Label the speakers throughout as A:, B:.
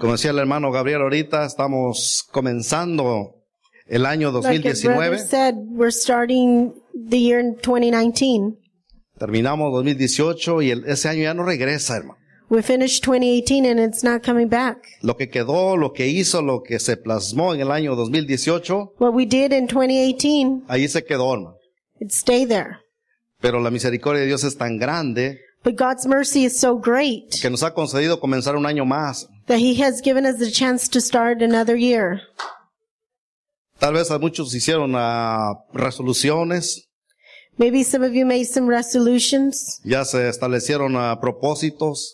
A: Como decía el hermano Gabriel ahorita, estamos comenzando el año
B: Like your brother
A: 2019.
B: said, we're starting the year in 2019.
A: Terminamos 2018 y el- ese año ya no regresa, hermano.
B: We finished 2018 and it's not coming back.
A: Lo que quedó, lo que hizo, lo que se plasmó en el año 2018,
B: What we did in 2018,
A: ahí se quedó, hermano.
B: it stayed there.
A: Pero la misericordia de Dios es tan grande
B: But God's mercy is so great
A: que nos ha concedido comenzar un año más.
B: that He has given us the chance to start another year.
A: Tal vez a muchos hicieron ah, resoluciones,
B: Maybe some of you made some resolutions
A: ya se establecieron ah, propósitos,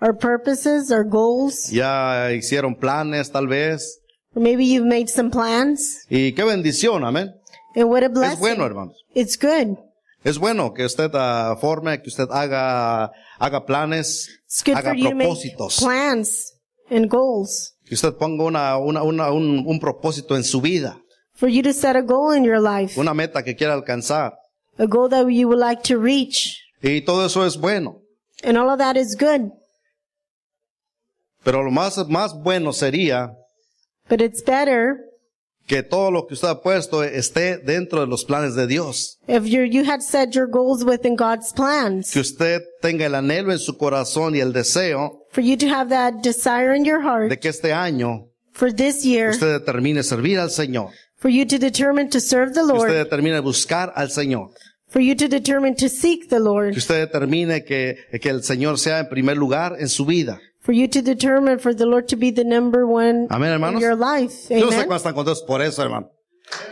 B: or purposes or goals.
A: ya hicieron planes tal vez.
B: Or maybe you've made some plans.
A: Y qué bendición, amén.
B: And what a
A: Es
B: blessing.
A: bueno, hermanos.
B: It's good.
A: Es bueno que usted ah, forme, que usted haga, haga planes,
B: It's good
A: haga
B: for you to make
A: propósitos,
B: plans and goals.
A: que usted ponga una, una, una- un, un propósito en su vida,
B: For you to set a goal in your life.
A: una meta que quiera alcanzar.
B: A goal that you would like to reach.
A: Y todo eso es bueno.
B: And all of that is good.
A: Pero lo más, más bueno sería
B: But it's better
A: que todo lo que usted ha puesto esté dentro de los planes de Dios.
B: if you you had set your goals within God's
A: que
B: plans.
A: usted tenga el anhelo en su corazón y el deseo
B: For you to have that desire in your heart
A: de que este año
B: for this year.
A: usted determine servir al Señor,
B: For you to determine to serve the
A: que usted
B: Lord.
A: determine buscar al Señor,
B: For you to determine to seek the
A: que
B: Lord.
A: usted determine que, que el Señor sea en primer lugar en su vida.
B: For you to determine for the Lord to be the number one
A: Amén,
B: in
A: hermanos.
B: your life.
A: Yo no sé cuándo
B: Amen.
A: están contentos por eso, hermano.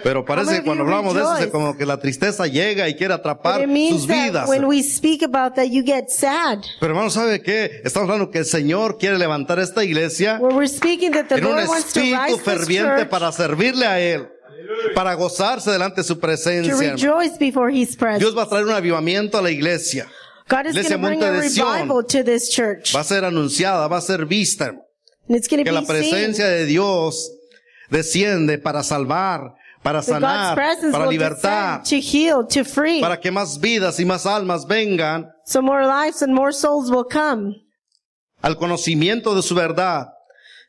A: Pero parece
B: many
A: que cuando
B: of you
A: hablamos de eso,
B: rejoice?
A: se como que la tristeza llega y quiere
B: But
A: atrapar
B: it means
A: sus
B: that
A: vidas.
B: when we speak about that, you get sad.
A: Pero hermano, ¿sabe qué? Estamos hablando que el Señor quiere levantar esta iglesia
B: Where we're speaking that the
A: en un
B: Lord wants to
A: espíritu
B: rise this
A: ferviente
B: church
A: para servirle a Él, para gozarse delante de su
B: to
A: presencia. hermano.
B: rejoice before He's present.
A: Dios va a traer un avivamiento a la iglesia.
B: God is going
A: Iglesia
B: to bring
A: Monte
B: a
A: de Sion.
B: revival to this church.
A: Va a ser anunciada, va a ser vista. hermano.
B: And it's going
A: Que
B: to
A: la
B: be seen.
A: presencia de Dios desciende para salvar, para
B: That God's
A: sanar,
B: presence
A: para
B: will
A: libertar,
B: descend to heal, to free.
A: para que más vidas y más almas vengan
B: So more lives and more souls will come
A: al conocimiento de su verdad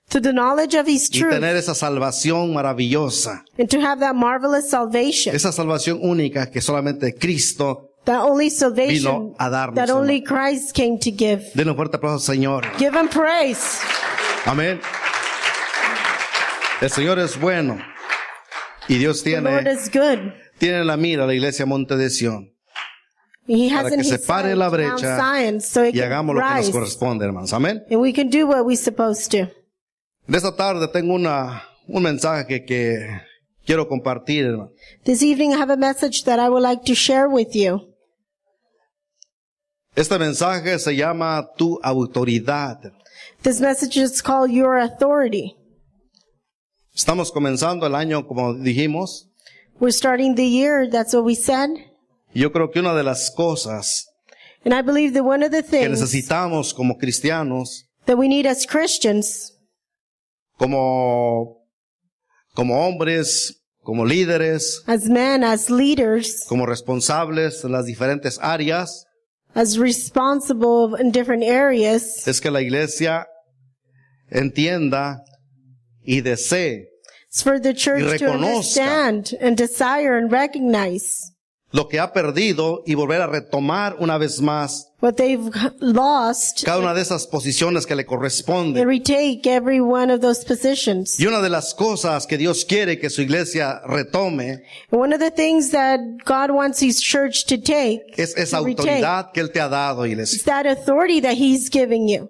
B: to the knowledge of His
A: y
B: truth
A: tener esa salvación maravillosa,
B: and to have that marvelous salvation.
A: esa salvación única que solamente Cristo.
B: That only salvation
A: Vino a darnos,
B: that only Christ came to give.
A: Denle un fuerte aplauso al Señor.
B: Give Him praise.
A: Amén. El Señor es bueno y Dios
B: The Lord
A: tiene,
B: is good.
A: tiene en la mira la iglesia Monte de Sion.
B: He
A: Para
B: has in
A: que se
B: His
A: pare
B: sight
A: la
B: Mount
A: brecha
B: Zion, so it
A: y
B: can
A: hagamos lo que nos
B: rise.
A: corresponde, hermanos. Amén.
B: And we can do what we're supposed to.
A: De esta tarde tengo una, un mensaje que, que quiero compartir, hermano.
B: This evening I have a message that I would like to share with you.
A: Este mensaje se llama Tu autoridad.
B: This message is called Your Authority.
A: Estamos comenzando el año, como dijimos.
B: We're starting the year, that's what we said.
A: y Yo creo que una de las cosas
B: And I believe that one of the
A: que
B: things
A: necesitamos como cristianos,
B: that we need as Christians,
A: como, como hombres, como líderes,
B: as men, as leaders,
A: como responsables en las diferentes áreas,
B: as responsible in different areas,
A: es que la iglesia entienda y desee
B: it's for the church to
A: reconozca.
B: understand and desire and recognize
A: lo que ha perdido y volver a retomar una vez más
B: what they've lost
A: cada una de esas posiciones que le
B: and
A: corresponden.
B: retake every one of those positions.
A: Y una de las cosas que Dios quiere que su iglesia retome
B: And One of the things that God wants His church to take
A: es esa
B: to retake,
A: autoridad que Él te ha dado, iglesia.
B: is that authority that He's giving you.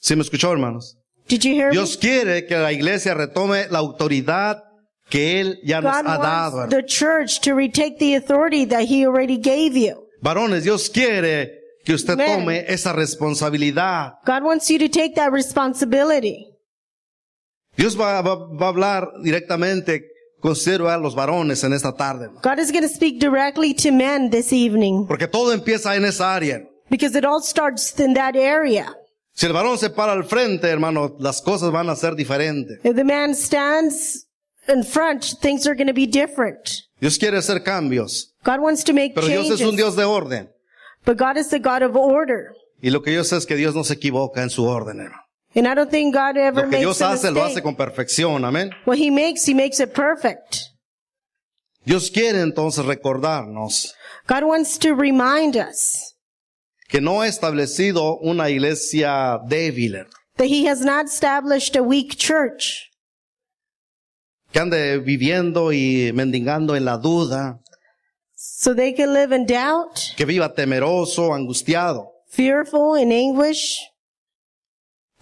A: ¿Sí me escuchó, hermanos?
B: Did you hear
A: Dios quiere que la iglesia retome la autoridad que Él ya
B: me?
A: nos
B: God
A: ha dado. hermanos.
B: wants the church to retake the authority that He already gave you.
A: Varones, Dios quiere que usted
B: Amén.
A: tome esa responsabilidad.
B: God wants you to take that responsibility.
A: Dios va, va- va a hablar directamente, considero a los varones en esta tarde. hermano.
B: God is going to speak directly to men this evening
A: Porque todo empieza en esa área. hermano.
B: because it all starts in that area.
A: Si el varón se para al frente, hermano, las cosas van a ser diferentes.
B: If the man stands in front, things are going to be different.
A: Dios quiere hacer cambios,
B: God wants to make
A: pero Dios
B: changes,
A: es un Dios de orden.
B: but God is the God of order.
A: Y lo que yo sé es que Dios no se equivoca en su orden, hermano.
B: And I don't think God
A: Lo
B: ever
A: que
B: makes
A: Dios
B: a
A: hace, lo hace
B: mistake.
A: con perfección. Amén.
B: What he makes, he makes it perfect.
A: Dios quiere entonces recordarnos
B: God wants to remind us
A: que no ha establecido una iglesia débil,
B: that he has not established a weak church
A: que ande viviendo y mendigando en la duda,
B: so they can live in doubt,
A: que viva temeroso, angustiado.
B: fearful, and anguish.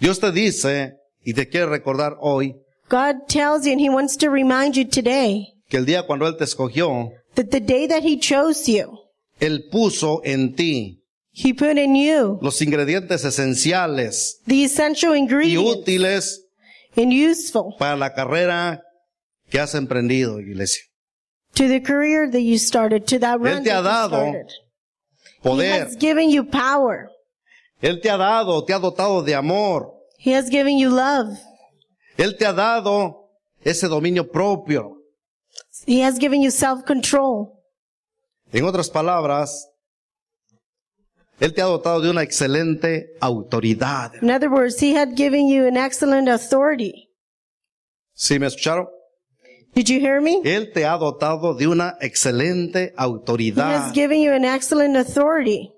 A: Dios te dice y te quiere recordar hoy
B: God tells you and he wants to remind you today
A: que el día cuando Él te escogió,
B: that the day that he chose you,
A: Él puso en ti
B: he put in you
A: los ingredientes esenciales
B: the essential
A: y
B: ingredients
A: útiles
B: and useful
A: para la carrera que has emprendido, iglesia.
B: to the career that you started, to that run
A: te ha
B: that you
A: dado
B: started. He
A: Poder.
B: has given you power.
A: Él te ha dado, te ha dotado de amor.
B: He has given you love.
A: Él te ha dado ese dominio propio.
B: He has given you self-control.
A: En otras palabras, Él te ha dotado de una excelente autoridad.
B: In other words, he had given you an excellent authority.
A: ¿Sí me escucharon?
B: Did you hear me?
A: Él te ha dotado de una excelente
B: He has
A: autoridad.
B: given you an excellent authority.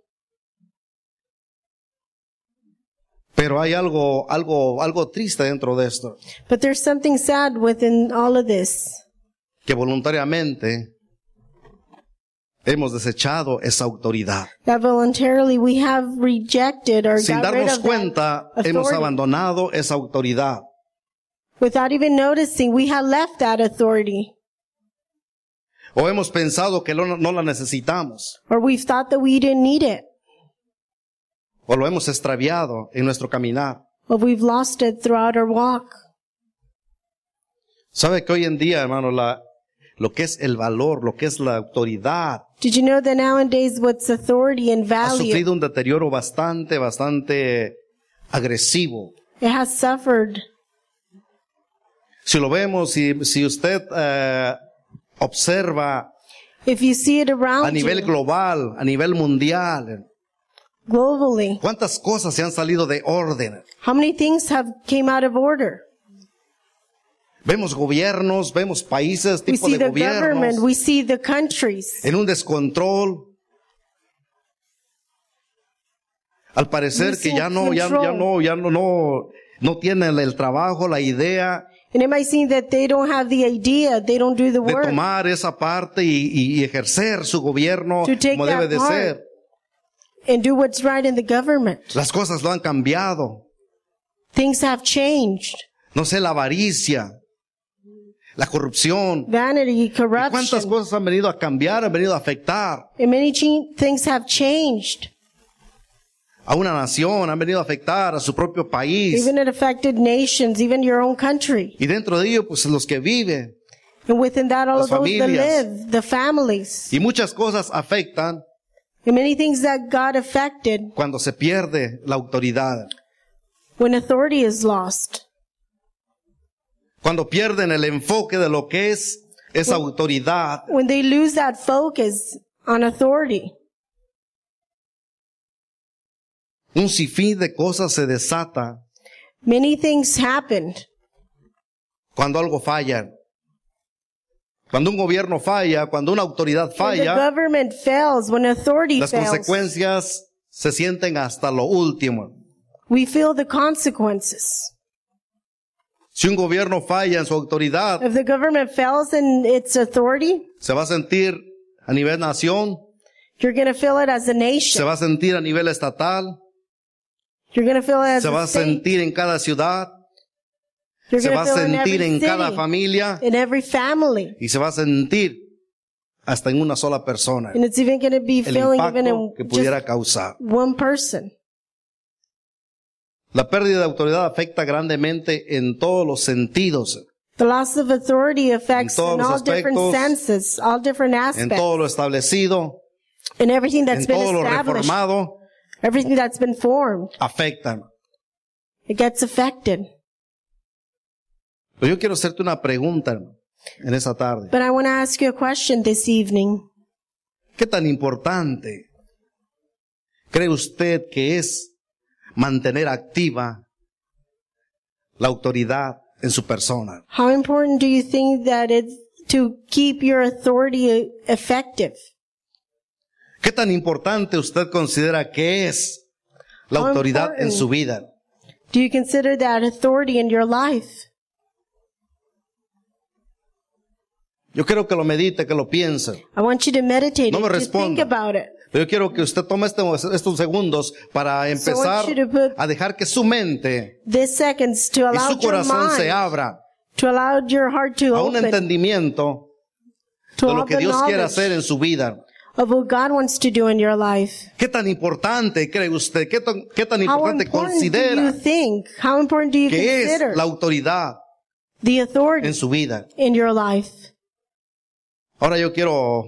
A: Pero hay algo, algo, algo triste dentro de esto.
B: But there's something sad within all of this.
A: Que voluntariamente hemos desechado esa autoridad.
B: That voluntarily we have rejected or
A: Sin
B: got rid
A: darnos
B: of that
A: cuenta, hemos
B: authority.
A: abandonado esa autoridad.
B: without even noticing. We have left that authority.
A: O hemos pensado que no, no la necesitamos.
B: Or we've thought that we didn't need it.
A: O lo hemos extraviado en nuestro caminar.
B: Or we've lost it throughout our walk.
A: ¿Sabe que hoy en día, hermano, la, lo que es el valor, lo que es la autoridad,
B: Did you know that nowadays what's authority and
A: ha
B: value?
A: sufrido un deterioro bastante, bastante agresivo?
B: It has suffered.
A: Si lo vemos, si, si usted eh, observa
B: If you see it
A: a
B: around
A: nivel
B: you,
A: global, a nivel mundial,
B: globally,
A: cuántas cosas se han salido de orden.
B: how many things have came out of order?
A: Vemos gobiernos, vemos países,
B: We
A: tipo
B: see
A: de
B: the government,
A: gobiernos,
B: we see the countries.
A: en un descontrol. Al parecer que ya no, ya, ya no, ya no, no, no tienen el trabajo, la idea
B: And it might seem that they don't have the idea, they don't do the
A: de
B: work.
A: tomar esa parte y, y- y ejercer su gobierno
B: To take
A: como debe
B: that
A: de
B: part.
A: ser.
B: and do what's right in the government.
A: Las cosas lo han cambiado.
B: Things have changed.
A: no sé, la avaricia, la corrupción.
B: Vanity,
A: ¿Y ¿Cuántas
B: corruption,
A: cosas han venido a cambiar, han venido a afectar
B: and many che- things have changed.
A: a una nación, han venido a afectar a su propio país?
B: Even it affected nations, even your own country.
A: Y dentro de ello, pues los que viven.
B: And within that, all
A: Las
B: of those that
A: familias.
B: live, the families.
A: Y muchas cosas afectan
B: And many things that God affected
A: cuando se pierde la autoridad,
B: when authority is lost.
A: cuando pierden el enfoque de lo que es esa autoridad.
B: When they lose that focus on authority.
A: Un sinfín de cosas se desata
B: Many things happened
A: cuando algo falla. Cuando un gobierno falla, cuando una autoridad
B: When the
A: falla,
B: government fails, when authority
A: las
B: fails,
A: consecuencias se sienten hasta lo último.
B: we feel the consequences.
A: Si un gobierno falla en su autoridad,
B: If the government fails in its authority,
A: se va a sentir a nivel nación,
B: you're going to feel it as a
A: se
B: nation.
A: va a sentir a nivel estatal,
B: You're going to feel it as
A: se va
B: a
A: a
B: state.
A: sentir en cada ciudad,
B: You're
A: se
B: going
A: va a
B: to feel it in every
A: sentir en cada
B: city,
A: familia
B: in every family.
A: y se va a sentir hasta en una sola persona.
B: And it's even going to be
A: El
B: feeling even
A: impacto
B: in
A: que
B: just
A: pudiera causar.
B: one person.
A: La pérdida de autoridad afecta grandemente en todos los sentidos,
B: The loss of authority affects
A: todos
B: in
A: los
B: all different
A: aspectos,
B: senses, all different
A: en
B: aspects,
A: todo lo establecido,
B: and everything that's
A: en
B: been
A: todo lo
B: established,
A: reformado,
B: everything that's been formed,
A: afectan.
B: it gets affected.
A: Pero yo quiero hacerte una pregunta hermano, en esta tarde.
B: But I want to ask you a question this evening.
A: ¿Qué tan importante cree usted que es mantener activa la autoridad en su persona.
B: How important do you think that it's to keep your authority effective?
A: ¿Qué tan importante usted considera que es la
B: How
A: autoridad en
B: important.
A: su vida?
B: Do you consider that authority in your life?
A: Yo quiero que lo medite, que lo piense.
B: I want you to meditate
A: No
B: and
A: me
B: to think
A: responda.
B: about it.
A: Pero yo quiero que usted tome este- estos segundos para empezar
B: you to put-
A: a dejar que su mente
B: This seconds to
A: y
B: allow
A: su
B: your
A: corazón
B: mind,
A: se abra
B: to allow your heart to
A: a un
B: open
A: entendimiento
B: to
A: de
B: all
A: lo que
B: the
A: Dios quiere
B: knowledge
A: hacer en su vida.
B: of what God wants to do in your life.
A: ¿Qué tan importante cree usted? ¿Qué tan, qué tan
B: How
A: importante
B: important do you
A: considera
B: think? How important do you
A: que es
B: consider
A: la autoridad
B: the
A: en
B: authority
A: su vida?
B: in your life?
A: Ahora yo quiero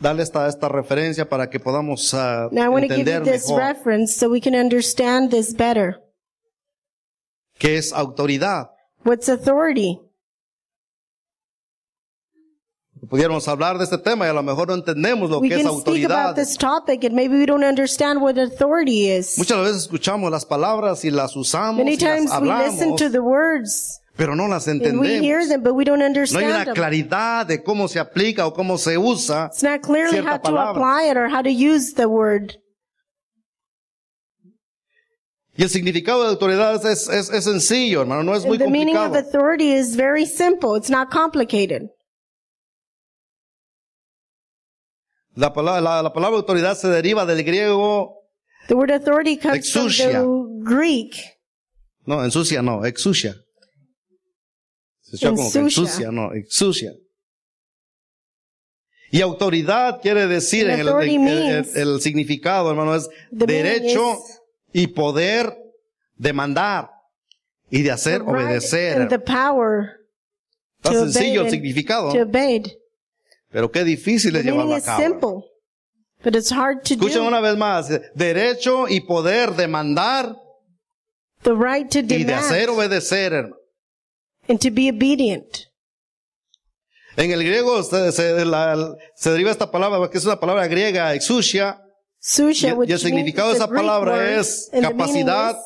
A: darle esta, esta referencia para que podamos ah,
B: Now I want to give you
A: entender
B: this
A: mejor
B: reference so we can understand this better.
A: qué es autoridad.
B: What's authority?
A: Pudiéramos hablar de este tema y a lo mejor no entendemos lo
B: we
A: que es
B: can speak about
A: autoridad.
B: this topic and maybe we don't understand what authority is.
A: Muchas veces escuchamos las palabras y las usamos
B: Many
A: y las
B: times we listen
A: hablamos,
B: to the words
A: pero no las
B: and we hear
A: entendemos.
B: them, but we don't
A: No hay
B: understand
A: una
B: them.
A: claridad de cómo se aplica o cómo se usa.
B: It's not clearly
A: cierta
B: how to
A: palabra.
B: apply it or how to use the word.
A: Y el significado de autoridad es, es, es sencillo, hermano, no es muy
B: the meaning of
A: complicado.
B: authority is very simple. It's not complicated.
A: La palabra, la, la palabra autoridad se deriva del griego,
B: The word authority comes from
A: Exousia.
B: the Greek.
A: no, ensucia, no, exucia. Se escucha como que
B: Ensucia.
A: ensucia, no, exucia. Y autoridad quiere decir,
B: And
A: en el,
B: authority
A: en- en-
B: means-
A: el significado, hermano, es
B: The meaning
A: derecho
B: is-
A: y poder de mandar y de hacer
B: The right
A: obedecer.
B: and the power
A: Está
B: to obey
A: sencillo el
B: and
A: significado,
B: to obey.
A: pero qué difícil
B: The
A: es
B: meaning
A: llevarlo a
B: is
A: cabo.
B: simple, but it's hard to
A: Escuchen
B: do.
A: una vez más, derecho y poder de mandar
B: The right to
A: y de hacer
B: demand
A: obedecer. hermano.
B: and to be obedient.
A: En el griego se, se- la- se deriva esta palabra, que es una palabra griega, exusia, Y-
B: Susha,
A: y
B: which
A: el significado de
B: means it's a
A: esa
B: Greek
A: palabra
B: word,
A: es
B: and the meaning
A: capacidad,
B: is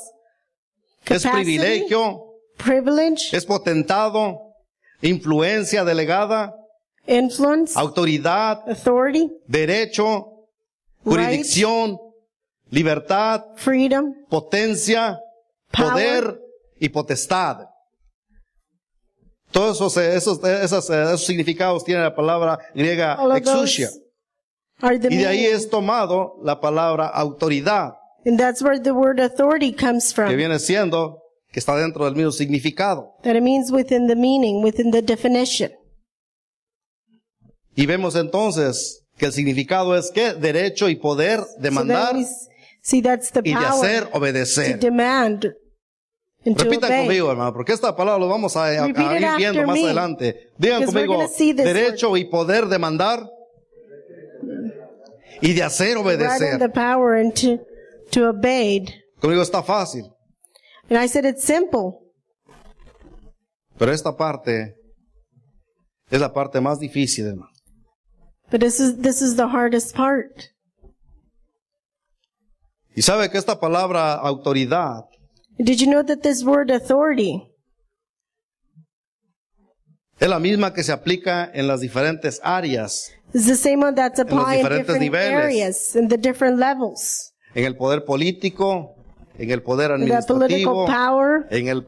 A: es
B: capacity,
A: privilegio,
B: privilege,
A: es potentado, influencia delegada,
B: influence,
A: autoridad,
B: authority,
A: derecho,
B: right,
A: jurisdicción, libertad,
B: freedom,
A: potencia,
B: Power.
A: poder y potestad. Todos esos, eh, esos, eh, esas, eh, esos significados tiene la palabra griega
B: all of
A: exousia.
B: those are the
A: Y de ahí
B: meaning.
A: es tomado la palabra autoridad,
B: And that's where the word authority comes
A: que
B: from.
A: viene siendo, que está dentro del mismo significado.
B: That it means within the meaning, within the definition.
A: Y vemos entonces que el significado es que derecho y poder de
B: So that
A: mandar
B: we s- see that's the
A: y de
B: power
A: hacer
B: to
A: obedecer.
B: demand and to
A: Repitan
B: obey.
A: conmigo, hermano, porque esta palabra lo vamos a, a- a
B: Repeat it
A: ir
B: after
A: viendo más
B: me.
A: adelante. Digan
B: Because we're
A: conmigo,
B: gonna see this
A: derecho y poder de mandar y de hacer
B: Right
A: obedecer.
B: in the power and to, to obeyed.
A: Conmigo está fácil,
B: And I said it's simple.
A: pero esta parte es la parte más difícil, hermano.
B: But this is this is the hardest part.
A: Y sabe que esta palabra autoridad
B: Did you know that this word authority
A: es la misma que se aplica en las diferentes áreas,
B: is the same one that's applied in
A: diferentes
B: different
A: niveles.
B: areas and the different levels?
A: en el poder político, en el poder
B: The
A: administrativo,
B: political power,
A: en el,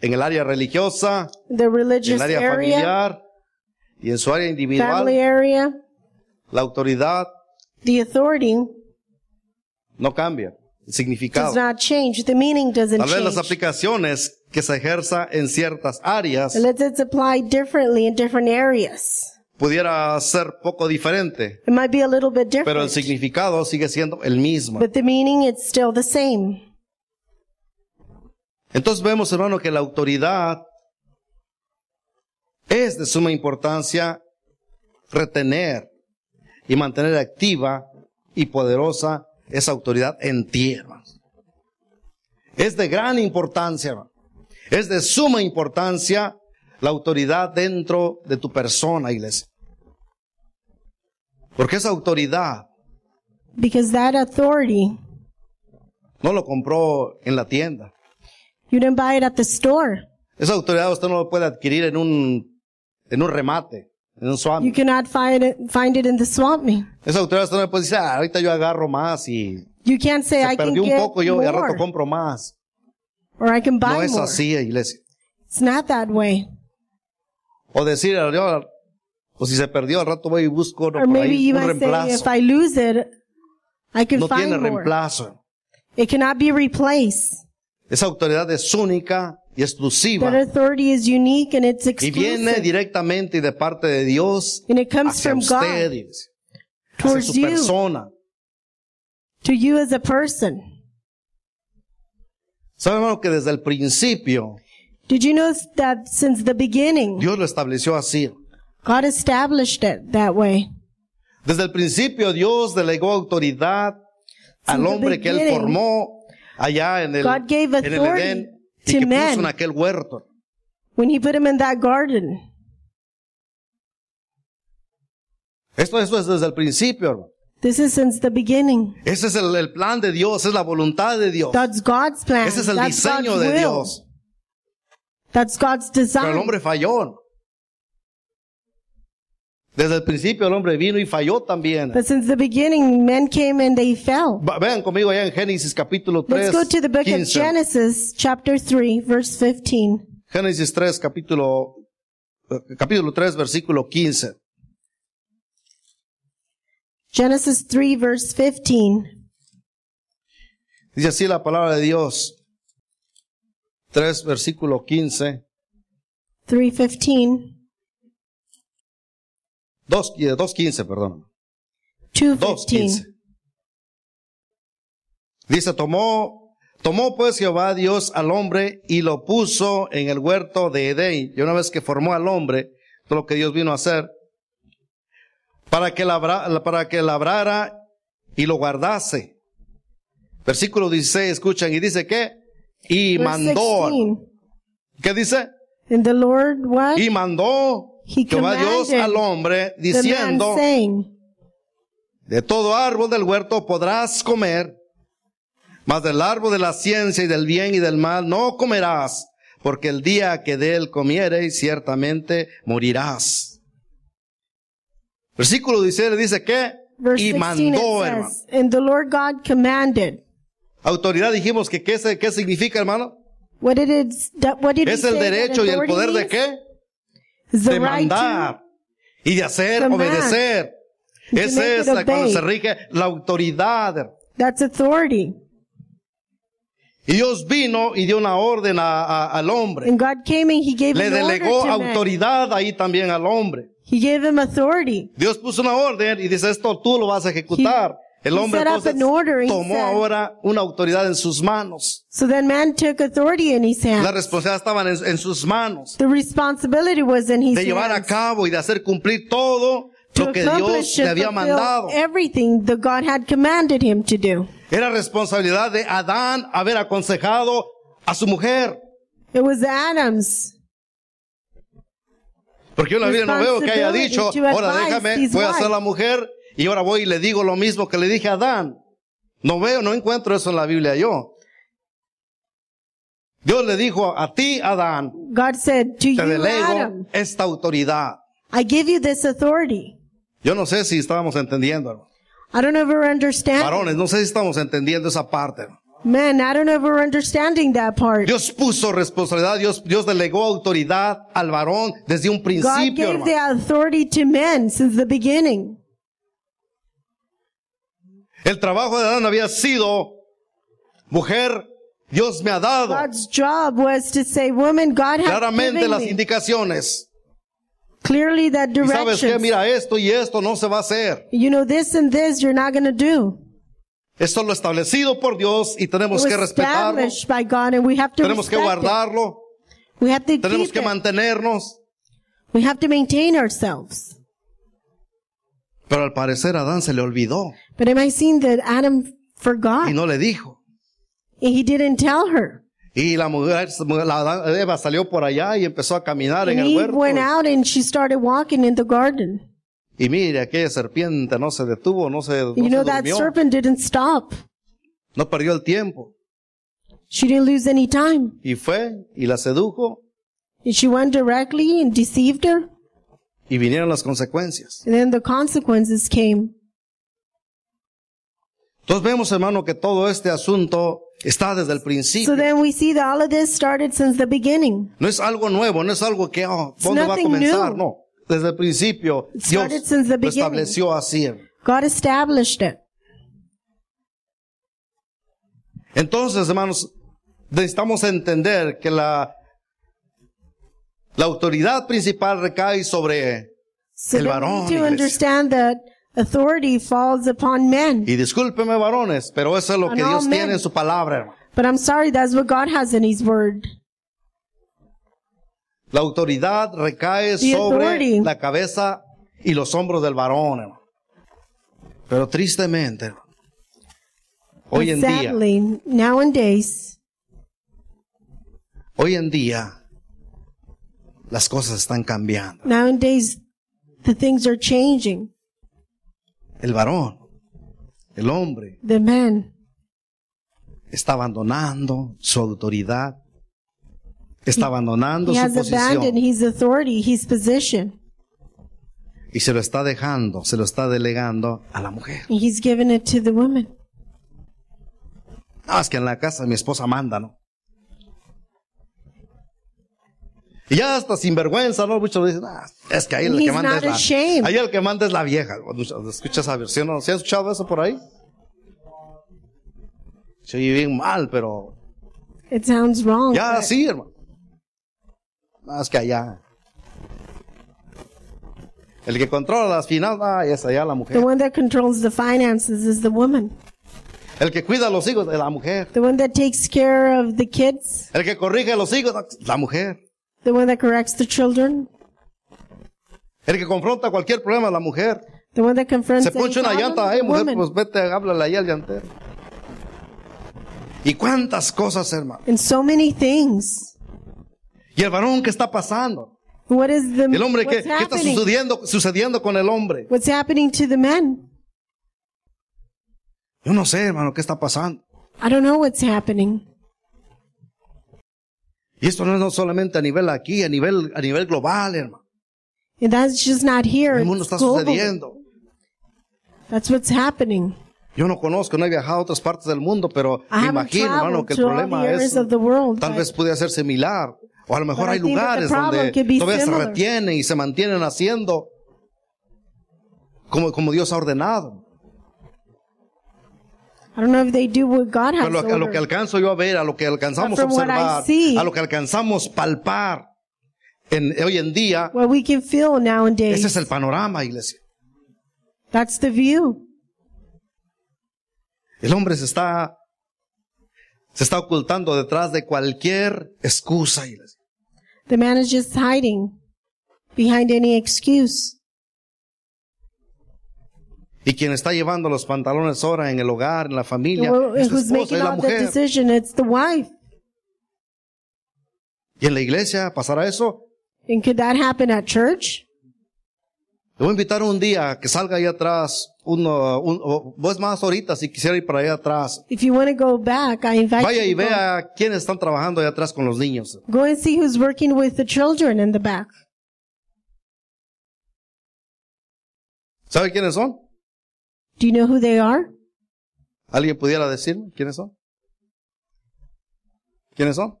A: en el área religiosa,
B: the
A: en
B: religious
A: el área
B: area,
A: familiar y en su área individual.
B: family area,
A: La autoridad
B: the authority
A: no cambia el significado.
B: does not change. The meaning doesn't
A: Tal vez las
B: change.
A: aplicaciones que se ejerza en ciertas áreas
B: Unless it's applied differently in different areas.
A: pudiera ser poco diferente,
B: It might be a little bit
A: pero el
B: different.
A: significado sigue siendo el mismo.
B: But the meaning it's still the same.
A: Entonces vemos, hermano, que la autoridad es de suma importancia retener y mantener activa y poderosa esa autoridad en ti, hermanos. Es de gran importancia, hermano. Es de suma importancia la autoridad dentro de tu persona, iglesia. Porque esa autoridad
B: Because that authority
A: no lo compró en la tienda.
B: You didn't buy it at the store.
A: Esa autoridad usted no lo puede adquirir en un, en un remate, en un swap.
B: You cannot find it, find it in the swamp meet.
A: Esa autoridad usted no le puede decir, "Ah, ahorita yo agarro más y
B: You can't say I
A: se
B: can
A: perdió un
B: get
A: poco, yo al rato
B: more
A: compro más.
B: or I can buy
A: No es
B: more.
A: así, iglesia.
B: It's not that way.
A: O decir, "Ah, "Yo, pues si se perdió, al rato voy y busco otro
B: Or
A: por
B: maybe
A: ahí,
B: you
A: un
B: might say if
A: reemplazo.
B: I lose it, I can
A: No tiene
B: find more.
A: reemplazo.
B: It cannot be replaced.
A: Esa autoridad es única y exclusiva.
B: That authority is unique and it's
A: Y viene
B: exclusive.
A: directamente y de parte de Dios
B: And it comes
A: hacia
B: from
A: usted,
B: God
A: iglesia, hacia
B: towards
A: su
B: you,
A: persona.
B: to you as a person.
A: ¿Sabe, hermano, que desde el principio
B: Did you know that since the beginning,
A: Dios lo estableció así?
B: God established it that way?
A: Desde el principio Dios delegó autoridad al
B: Since the
A: hombre que él
B: beginning,
A: formó allá en el,
B: God gave
A: en el
B: authority
A: Edén y que
B: to
A: puso
B: men.
A: en aquel huerto.
B: When He put him in that garden,
A: Esto, esto es desde el principio. hermano.
B: this is since the beginning.
A: Ese es el, el plan de Dios, es la voluntad de Dios.
B: That's God's plan.
A: Ese es el
B: That's God's
A: diseño de
B: will.
A: Dios.
B: That's God's
A: Pero el
B: design.
A: hombre falló. Desde el principio el hombre vino y falló también.
B: But since the beginning, men came and they fell.
A: Va- Vean conmigo allá en Génesis capítulo 3.
B: Let's go to the book of
A: 15.
B: Genesis, chapter 3, verse 15.
A: Génesis 3 capítulo, eh, capítulo 3 versículo 15.
B: Genesis 3, verse 15.
A: Dice así la palabra de Dios. 3 versículo 15.
B: 315,
A: 2, 2.15, perdón. 2.15.
B: 215.
A: Dice, tomó, tomó pues Jehová Dios al hombre y lo puso en el huerto de Edén. Y una vez que formó al hombre, todo lo que Dios vino a hacer, para que, labra- para que labrara y lo guardase. Versículo 16, escuchan, y dice que, y
B: Verse
A: mandó.
B: 16.
A: ¿Qué dice?
B: And the Lord what?
A: Y mandó
B: He
A: Jehová Dios
B: commanded
A: al hombre
B: the man
A: diciendo,
B: saying,
A: De todo árbol del huerto podrás comer, mas del árbol de la ciencia y del bien y del mal no comerás, porque el día que de él comiereis ciertamente morirás. Versículo 16 dice que
B: verse
A: y
B: 16 it
A: mandó, hermano.
B: says, And the Lord God commanded.
A: Autoridad dijimos que qué, se- qué significa, hermano.
B: What did it, that- what did
A: Es
B: he
A: el
B: say that
A: derecho y el
B: authority
A: poder de
B: means?
A: qué?
B: Is
A: De
B: The right
A: mandar
B: to,
A: y de hacer,
B: command.
A: obedecer.
B: To
A: Esa
B: make it
A: es la cuando
B: obey.
A: se rige la autoridad, hermano.
B: that's authority.
A: Y Dios vino y dio una orden a- a- al hombre.
B: And God came and he gave
A: Le
B: an order
A: delegó
B: to man.
A: autoridad ahí también al hombre.
B: He gave him authority.
A: Dios puso una orden y dice, esto tú lo vas a ejecutar.
B: He-
A: El
B: he
A: hombre
B: set up
A: entonces
B: an order, he
A: tomó
B: said.
A: ahora una autoridad en sus manos.
B: So then man took authority in his hand.
A: La responsabilidad estaba en, en sus manos
B: The responsibility was in his
A: de llevar a
B: hands.
A: cabo y de hacer cumplir todo
B: to
A: lo que
B: accomplish
A: Dios le
B: and
A: había
B: fulfill
A: mandado.
B: everything that God had commanded him to do.
A: Era responsabilidad de Adán haber aconsejado a su mujer.
B: It was Adam's.
A: Porque yo en la Biblia no veo que haya dicho,
B: Responsibility to
A: ahora
B: advise
A: déjame,
B: his
A: voy a
B: wife".
A: ser la mujer y ahora voy y le digo lo mismo que le dije a Adán. No veo, no encuentro eso en la Biblia yo. Dios le dijo a ti, Adán,
B: God said to you,
A: te delego
B: Adam,
A: esta autoridad.
B: I give you this authority.
A: Yo no sé si estábamos entendiendo, hermano.
B: I don't ever understand.
A: Varones, no sé si estamos entendiendo esa parte. hermano.
B: Man, I don't ever understanding that part.
A: Dios puso responsabilidad, Dios, Dios delegó autoridad al varón desde un
B: God
A: principio,
B: gave
A: hermano.
B: the authority to men since the beginning.
A: El trabajo de Adán había sido, mujer, Dios me ha dado.
B: God's job was to say, woman, God has
A: claramente
B: given
A: las
B: me
A: indicaciones.
B: clearly that
A: Y sabes qué,
B: direction.
A: mira esto y esto no se va a hacer.
B: You know, this and this you're not going to do.
A: Esto es lo establecido por Dios y tenemos
B: It
A: que
B: was
A: respetarlo,
B: established by God and we have to
A: tenemos que
B: respect it.
A: guardarlo,
B: We have to
A: tenemos
B: keep
A: que
B: it.
A: mantenernos.
B: We have to maintain ourselves.
A: Pero al parecer a Adán se le olvidó
B: But am I seeing that Adam forgot?
A: y no le dijo.
B: And he didn't tell her.
A: Y la mujer, la Adán- Eva salió por allá y empezó a caminar en
B: And
A: el
B: Eve went
A: huerto.
B: out and she started walking in the garden.
A: Y mire, aquella serpiente no se detuvo, no se, no
B: you
A: se
B: know, that
A: durmió,
B: serpent didn't stop.
A: no perdió el tiempo.
B: She didn't lose any time.
A: Y fue y la sedujo
B: And she went directly and deceived her.
A: y vinieron las consecuencias.
B: And then the consequences came.
A: Entonces vemos, hermano, que todo este asunto está desde el principio.
B: So then we see that all of this started since the beginning.
A: No es algo nuevo, no es algo que, oh, ¿cuándo va a
B: nothing
A: comenzar?
B: new.
A: No. Desde el principio,
B: It
A: Dios
B: started since the
A: lo
B: beginning.
A: estableció así.
B: God established it.
A: Entonces, hermanos, necesitamos entender que la, la autoridad principal recae sobre,
B: So
A: El
B: then we
A: varón,
B: need to
A: iglesia.
B: understand that authority falls upon men.
A: y discúlpeme varones, pero eso es lo que
B: And
A: Dios
B: all men.
A: tiene en su palabra, hermano.
B: But I'm sorry, that's what God has in His Word.
A: La autoridad recae
B: The
A: sobre
B: authority.
A: la cabeza y los hombros del varón, hermano. Pero tristemente, hermano, hoy en
B: And
A: día,
B: sadly, nowadays,
A: hoy en día, las cosas están cambiando.
B: nowadays, the things are changing.
A: El varón, el hombre,
B: The men,
A: está abandonando su autoridad, está abandonando
B: he
A: su
B: has abandoned
A: posición
B: his authority, his position.
A: y se lo está dejando, se lo está delegando a la mujer.
B: And he's given it to the woman.
A: Ah, es que en la casa mi esposa manda, ¿no? Y ya hasta sinvergüenza, ¿no? Muchos dicen, ah, es que ahí el que
B: He's
A: manda
B: not
A: es la,
B: ashamed.
A: ahí el que manda es la vieja. Escucha esa versión, ¿no? ¿Se ha escuchado eso por ahí? Se oye bien mal, pero
B: It sounds wrong.
A: Ya,
B: but
A: sí, hermano. Más que allá. El que controla las finanzas ah, es allá la
B: The
A: mujer.
B: one that controls the finances is the woman.
A: El que cuida a los hijos es la mujer.
B: The one that takes care of the kids.
A: El que corrige a los hijos ah, la mujer.
B: The one that corrects the children.
A: El que confronta cualquier problema la mujer.
B: The one that confronts
A: Se
B: any
A: poncha una
B: problem,
A: llanta, eh,
B: the
A: mujer,
B: woman.
A: pues vete, háblale ahí al llantero. Y cuántas cosas, hermano.
B: And so many things.
A: Y el varón que está pasando.
B: What is the
A: El hombre que,
B: what's
A: ¿qué está
B: happening?
A: sucediendo, sucediendo con el hombre.
B: What's happening to the men?
A: Yo no sé, hermano, qué está pasando.
B: I don't know what's happening.
A: Y esto no es no solamente a nivel aquí, a nivel, a nivel global, hermano.
B: And that's just not here.
A: El mundo
B: It's
A: está
B: global.
A: sucediendo.
B: That's what's happening.
A: Yo no conozco, no he viajado a otras partes del mundo, pero
B: I
A: me
B: haven't
A: imagino, hermano,
B: traveled
A: que el
B: to all the
A: problema
B: areas
A: es,
B: of the world.
A: tal
B: but
A: vez pudiera ser similar. O a lo mejor
B: But I
A: hay
B: think that the
A: lugares
B: problem
A: donde
B: could be
A: todavía se
B: similar.
A: retienen y se mantienen haciendo como, como Dios ha ordenado.
B: I don't know if they do what God has
A: Pero lo- a lo
B: ordered.
A: que alcanzo yo a ver, a lo que alcanzamos a
B: But from what I
A: observar,
B: see-
A: a lo que alcanzamos palpar en, hoy en día,
B: What we can feel nowadays.
A: ese es el panorama, iglesia.
B: That's the view.
A: El hombre se está, se está ocultando detrás de cualquier excusa, iglesia.
B: The man is just hiding behind any excuse.
A: Y quien está llevando los pantalones ahora en el hogar, en la familia,
B: Who-
A: es la
B: who's
A: esposa,
B: making
A: es la
B: all the
A: mujer.
B: decision? It's the wife.
A: Y en la iglesia pasará eso.
B: And could that happen at church?
A: Le voy a invitar un día a que salga ahí atrás, uno, un, o- o es más ahorita si quisiera ir para allá atrás.
B: If you want to go back, I invite
A: Vaya y
B: you to go.
A: vea quiénes están trabajando allá atrás con los niños.
B: Go and see who's working with the children in the back.
A: ¿Sabe quiénes son?
B: Do you know who they are?
A: ¿Alguien pudiera decirme quiénes son? ¿Quiénes son?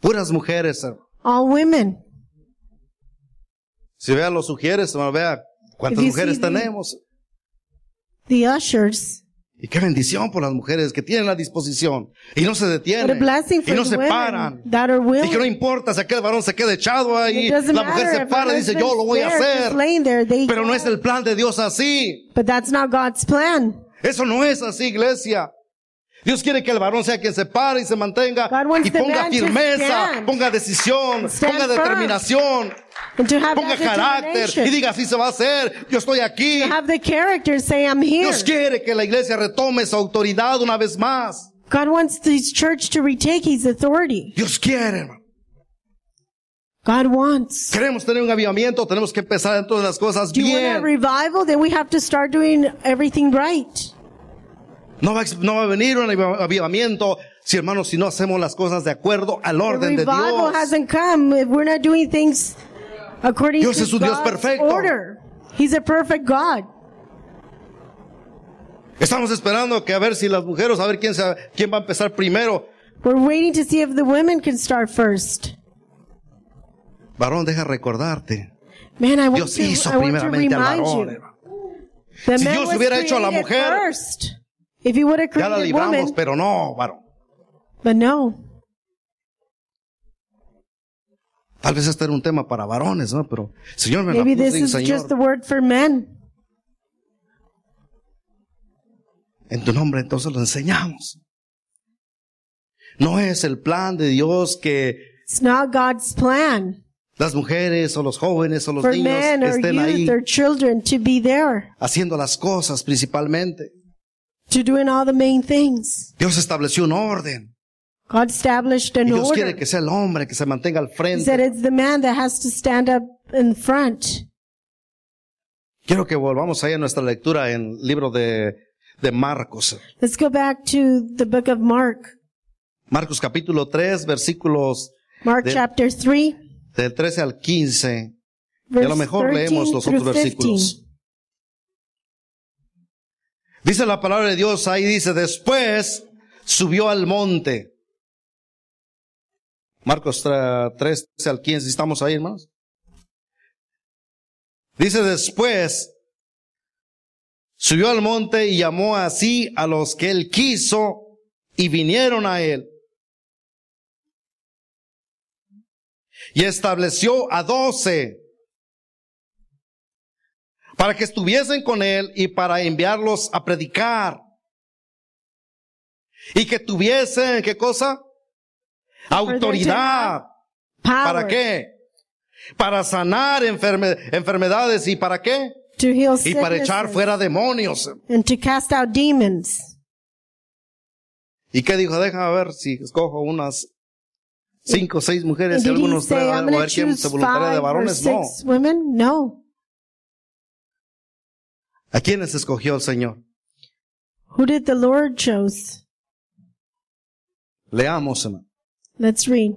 A: Puras mujeres, eh. hermano.
B: All women.
A: Si vea los sugieres, hermano, vea cuántas
B: If you
A: mujeres
B: see the-
A: tenemos.
B: The ushers.
A: Y qué bendición por las mujeres que tienen la disposición y no se
B: What a
A: detienen
B: blessing
A: y
B: for
A: no
B: the
A: se
B: women
A: paran.
B: that are
A: Y que no
B: willing.
A: importa si aquel varón se queda echado ahí,
B: It doesn't
A: la mujer
B: matter
A: se
B: if her
A: para y dice yo lo voy a
B: husband's there, just
A: hacer.
B: laying there, they
A: Pero no es
B: go.
A: el plan de Dios así.
B: But that's not God's plan.
A: Eso no es así, iglesia. Dios quiere que el varón sea quien se pare y se mantenga
B: God wants
A: y
B: the
A: ponga
B: man to
A: firmeza,
B: stand.
A: ponga decisión,
B: Stand
A: ponga
B: firm.
A: determinación,
B: And to have
A: ponga
B: that
A: carácter y
B: determination.
A: diga así se va a hacer. Yo estoy aquí.
B: To have the character say, I'm here.
A: Dios quiere que la iglesia retome su autoridad una vez más.
B: God wants this church to retake his authority.
A: Dios quiere, hermano.
B: God wants.
A: Queremos tener un avivamiento, tenemos que empezar en todas las cosas
B: Do you want a
A: bien.
B: revival? Then we have to start doing everything right.
A: No va, a ex- no va a venir un aviv- avivamiento si hermanos, si no hacemos las cosas de acuerdo al
B: The
A: orden de
B: revival
A: Dios.
B: hasn't come if we're not doing things according
A: Dios
B: to
A: es un Dios
B: God's
A: perfecto.
B: order. He's a perfect God.
A: Estamos esperando que a ver si las mujeres, a ver quién, se- quién va a empezar primero.
B: We're waiting to see if the women can start first.
A: Varón, deja recordarte.
B: Man, I want
A: Dios
B: to,
A: hizo
B: I want to
A: primeramente al
B: remind
A: varón.
B: you.
A: hermano.
B: The
A: Si
B: man
A: Dios
B: was
A: hubiera hecho a la
B: created
A: mujer,
B: first. If he would have
A: Ya la
B: created
A: libramos,
B: woman,
A: pero no, varón.
B: but no.
A: Tal vez este era un tema para varones, ¿no? Pero el Señor me la
B: Maybe
A: puso y
B: this
A: el
B: is just the
A: Señor,
B: word for men.
A: en tu nombre entonces lo enseñamos. No es el plan de Dios que
B: It's not God's plan
A: las mujeres o los jóvenes o los
B: for
A: niños
B: men or
A: estén ahí
B: youth or children to be there,
A: haciendo las cosas principalmente.
B: to doing all the main things.
A: Dios estableció un orden.
B: God established
A: Y
B: an
A: Dios
B: order.
A: quiere que sea el hombre que se mantenga al
B: He said
A: frente.
B: it's the man that has to stand up in front.
A: Quiero que volvamos ahí a nuestra lectura en el libro de, de Marcos.
B: Let's go back to the book of Mark.
A: Marcos capítulo 3, versículos
B: Mark
A: Del-
B: chapter 3,
A: del 13 al 15. Y a lo
B: verse
A: mejor leemos
B: 13
A: los otros
B: through 15.
A: versículos. Dice la palabra de Dios ahí, dice, después subió al monte. Marcos 3 al 15, ¿estamos ahí hermanos? Dice, después subió al monte y llamó así a los que él quiso y vinieron a él. Y estableció a doce para que estuviesen con él y para enviarlos a predicar. Y que tuviesen, ¿qué cosa? Autoridad.
B: Power
A: ¿Para qué? Para sanar enferme- enfermedades. ¿Y para qué?
B: to heal
A: Y para echar
B: sicknesses
A: fuera demonios.
B: and to cast out demons.
A: ¿Y qué dijo? Déjame ver si escojo unas cinco o seis
B: And
A: mujeres y
B: did he
A: algunos tres.
B: say,
A: A
B: I'm
A: ver, a
B: going to
A: ver quién
B: choose
A: se voluntaria de
B: five or
A: varones. No.
B: six women? No.
A: ¿A quiénes escogió el Señor?
B: Who did the Lord chose?
A: Leamos, hermano.
B: Let's read.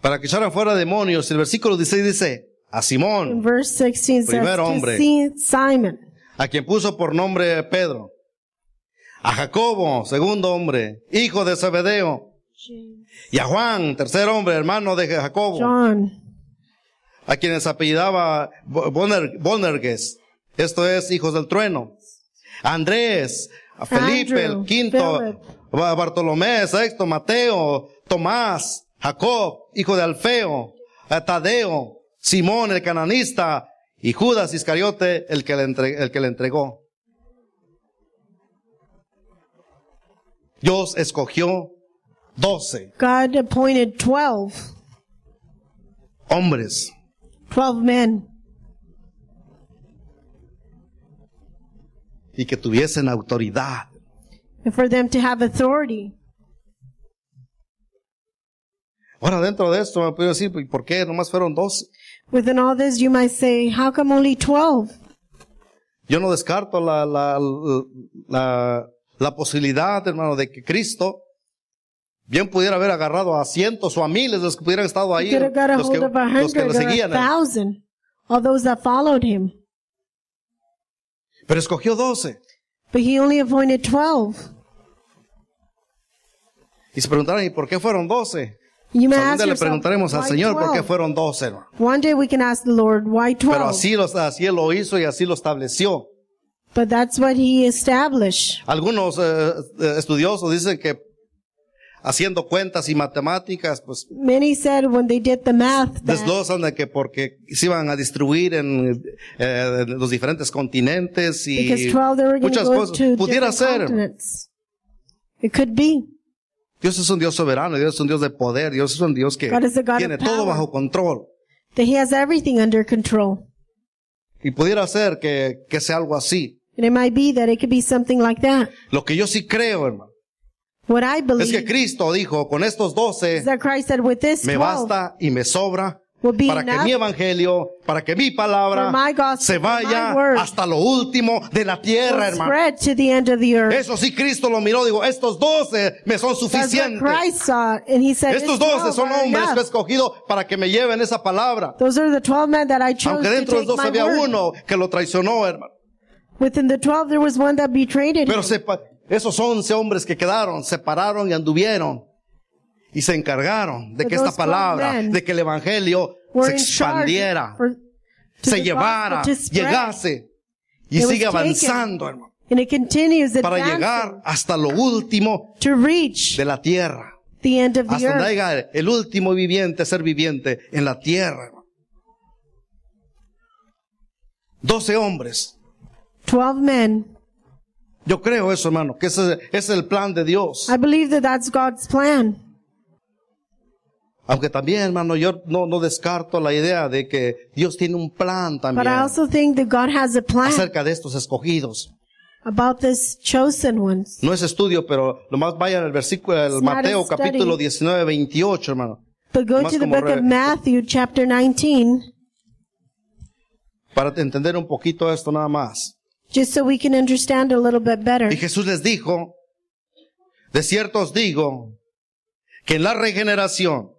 A: Para que echaran fuera demonios. El versículo 16 dice, a Simón.
B: In verse 16 says,
A: Primer
B: to
A: hombre.
B: Si- Simon,
A: a quien puso por nombre Pedro, a Jacobo, segundo hombre, hijo de Zebedeo, y a Juan, tercer hombre, hermano de Jacobo,
B: John,
A: a quienes apellidaba Bo- Boner- Bonerges, esto es, hijos del trueno, a Andrés, a Felipe,
B: Andrew,
A: el quinto,
B: Philip.
A: Ba- Bartolomé, sexto, Mateo, Tomás, Jacob, hijo de Alfeo, a Tadeo, Simón el cananista, y Judas Iscariote, el que le entre- el que le entregó. Dios escogió doce
B: God appointed 12,
A: hombres.
B: 12 men,
A: y que tuviesen autoridad.
B: and for them to have authority.
A: Ahora, dentro de esto, me puedo decir, ¿y por qué nomás fueron dos?
B: Within all this, you might say, how come only 12?
A: Yo no descarto la, la, la, la posibilidad, hermano, de que Cristo bien pudiera haber agarrado a cientos o a miles de los que pudieran estado ahí,
B: He could have got a
A: los que,
B: hold of a
A: los que
B: hundred
A: le
B: or a
A: seguían. ¿eh?
B: thousand, all those that followed him.
A: Pero escogió doce.
B: But he only appointed 12.
A: Y se preguntarán, ¿y por qué fueron doce?
B: You may
A: Algún
B: ask
A: día le
B: yourself,
A: preguntaremos al
B: why
A: Señor por qué
B: 12?
A: fueron doce, hermano.
B: One day we can ask the Lord, why
A: Pero
B: 12?
A: así, los, así Él lo hizo y así lo estableció.
B: But that's what he established.
A: Algunos eh, eh, estudiosos dicen que haciendo cuentas y matemáticas, pues
B: Many said when they did the math that
A: desglosan de que porque se iban a distribuir en, eh, en los diferentes continentes
B: because
A: y
B: 12 they were going to
A: muchas
B: go
A: cosas.
B: to
A: Pudiera
B: different
A: ser.
B: continents. It could be.
A: Dios es un Dios soberano, Dios es un Dios de poder, Dios es un Dios que
B: God is a God of
A: tiene todo
B: power.
A: bajo control.
B: That he has everything under control.
A: Y pudiera ser que, que sea algo así.
B: And it might be that it could be something like that.
A: Lo que yo sí creo, hermano,
B: What I
A: es
B: believe
A: que Cristo dijo, con estos
B: is
A: doce
B: that Christ said with this
A: me
B: 12,
A: basta y me sobra
B: will be
A: para que mi
B: enough
A: evangelio, para que mi palabra
B: For my gospel,
A: se vaya
B: my word.
A: hasta lo último de la tierra,
B: will
A: hermano.
B: spread to the end of the earth.
A: Eso sí Cristo lo miró, digo, estos doce me son
B: That's what
A: suficientes.
B: Christ saw, and he said,
A: Estos
B: "It's twelve
A: doce son
B: are
A: hombres que he
B: enough.
A: escogido para que me lleven esa palabra.
B: Those are the twelve men that I chose
A: Aunque
B: to
A: dentro de
B: take
A: los doce
B: my
A: había
B: word.
A: uno que lo traicionó, hermano.
B: Within the twelve, there was one that betrayed him.
A: Pero sepa- esos once hombres que quedaron, se pararon y anduvieron y se encargaron de
B: But
A: que esta
B: those
A: palabra,
B: twelve men
A: de que el evangelio
B: We're
A: se
B: in charge
A: expandiera,
B: for- to
A: se
B: the
A: llevara,
B: gospel to spread.
A: llegase y
B: It was
A: sigue
B: taken.
A: avanzando, hermano,
B: And it continues
A: para
B: advancing
A: llegar hasta lo último
B: to reach
A: de la tierra,
B: the end of the
A: hasta donde
B: earth.
A: haya el último viviente, ser viviente en la tierra. hermano. Doce hombres.
B: Twelve men.
A: Yo creo eso, hermano, que ese ese es el plan de Dios.
B: I believe that that's God's plan.
A: Aunque también, hermano, yo no, no descarto la idea de que Dios tiene un plan
B: But
A: también
B: I also think that God has a plan
A: acerca de estos escogidos.
B: about this chosen ones.
A: No es estudio, pero lo más vayan al versículo del
B: It's not a
A: Mateo
B: study.
A: capítulo 19, 28, hermano,
B: But go
A: Más
B: to the
A: como
B: book of
A: re-
B: Matthew, chapter 19,
A: para entender un poquito esto nada más.
B: just so we can understand a little bit better.
A: Y Jesús les dijo, de cierto os digo, que en la regeneración,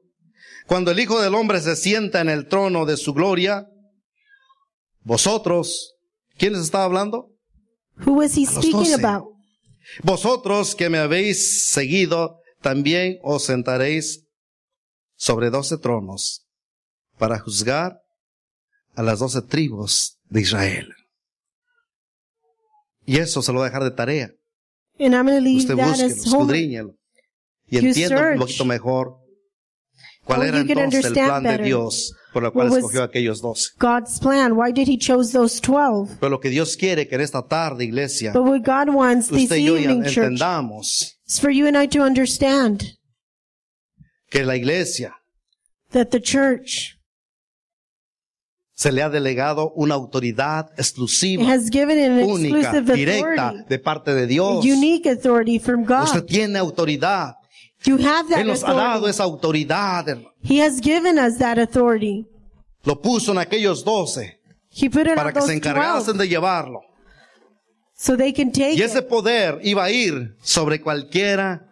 A: cuando el Hijo del Hombre se sienta en el trono de su gloria, vosotros, ¿quién les estaba hablando?
B: Who was he
A: A los
B: speaking
A: doce.
B: about?
A: Vosotros que me habéis seguido, también os sentaréis sobre doce tronos para juzgar a las doce tribus de Israel. Y eso se lo voy a dejar de tarea.
B: And I'm going to leave
A: Usted
B: that
A: búsquelo,
B: as homework.
A: escudriñelo y
B: You
A: entienda un
B: search.
A: poquito mejor cuál
B: Well,
A: era
B: you can
A: entonces el
B: understand
A: plan de
B: better
A: Dios por el cual
B: what was-
A: escogió a aquellos doce.
B: God's plan. Why did he chose those 12?
A: Pero lo que Dios quiere que en esta tarde, iglesia,
B: But what God wants this
A: usted y yo ya
B: evening, church,
A: entendamos
B: is for you and I to understand
A: que la iglesia
B: that the church
A: se le ha delegado una autoridad exclusiva,
B: has given an
A: única,
B: exclusive
A: directa
B: authority,
A: de parte de Dios.
B: unique authority from
A: Usted
B: God.
A: tiene autoridad.
B: You have that
A: Él nos ha dado
B: authority.
A: esa autoridad. hermano.
B: He has given us that authority.
A: Lo puso en aquellos doce
B: He put it
A: para
B: on
A: que se
B: those
A: encargasen
B: 12
A: de llevarlo.
B: so they can take
A: Y ese
B: it.
A: poder iba a ir sobre cualquiera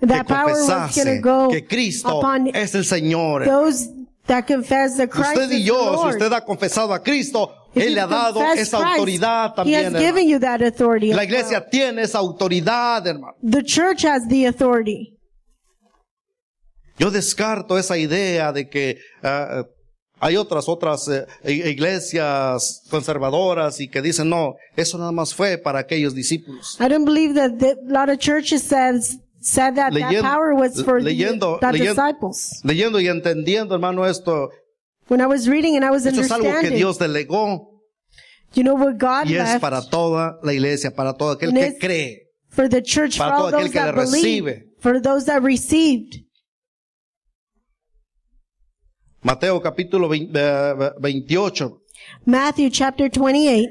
A: que
B: That power was going to
A: confesase
B: go
A: que Cristo
B: upon
A: es el Señor. hermano.
B: those that confess that Christ
A: Usted y
B: is the
A: yo, si
B: Lord.
A: usted ha confesado a Cristo,
B: If
A: Él
B: you
A: le ha dado
B: confess
A: esa
B: Christ,
A: autoridad
B: He has
A: también. hermano.
B: given you that authority.
A: La iglesia tiene esa autoridad, hermano.
B: The church has the authority.
A: Yo descarto esa idea de que ah, ah, hay otras, otras eh, i- iglesias conservadoras y que dicen, no, eso nada más fue para aquellos discípulos.
B: I don't believe that the, a lot of churches says said that
A: Leyendo-
B: that power was for
A: leyendo-
B: the, the
A: leyendo-
B: disciples.
A: Leyendo y entendiendo, hermano, esto,
B: When I was reading and I was
A: esto es algo que
B: understanding,
A: Dios delegó
B: you know what God
A: y es
B: left
A: para toda la iglesia, para todo aquel
B: And
A: que
B: es-
A: cree.
B: for the church, for
A: para
B: all
A: todo aquel
B: those
A: que
B: that
A: le
B: believe,
A: recibe.
B: for those that received.
A: Mateo capítulo 20, eh, 28.
B: Matthew chapter 28.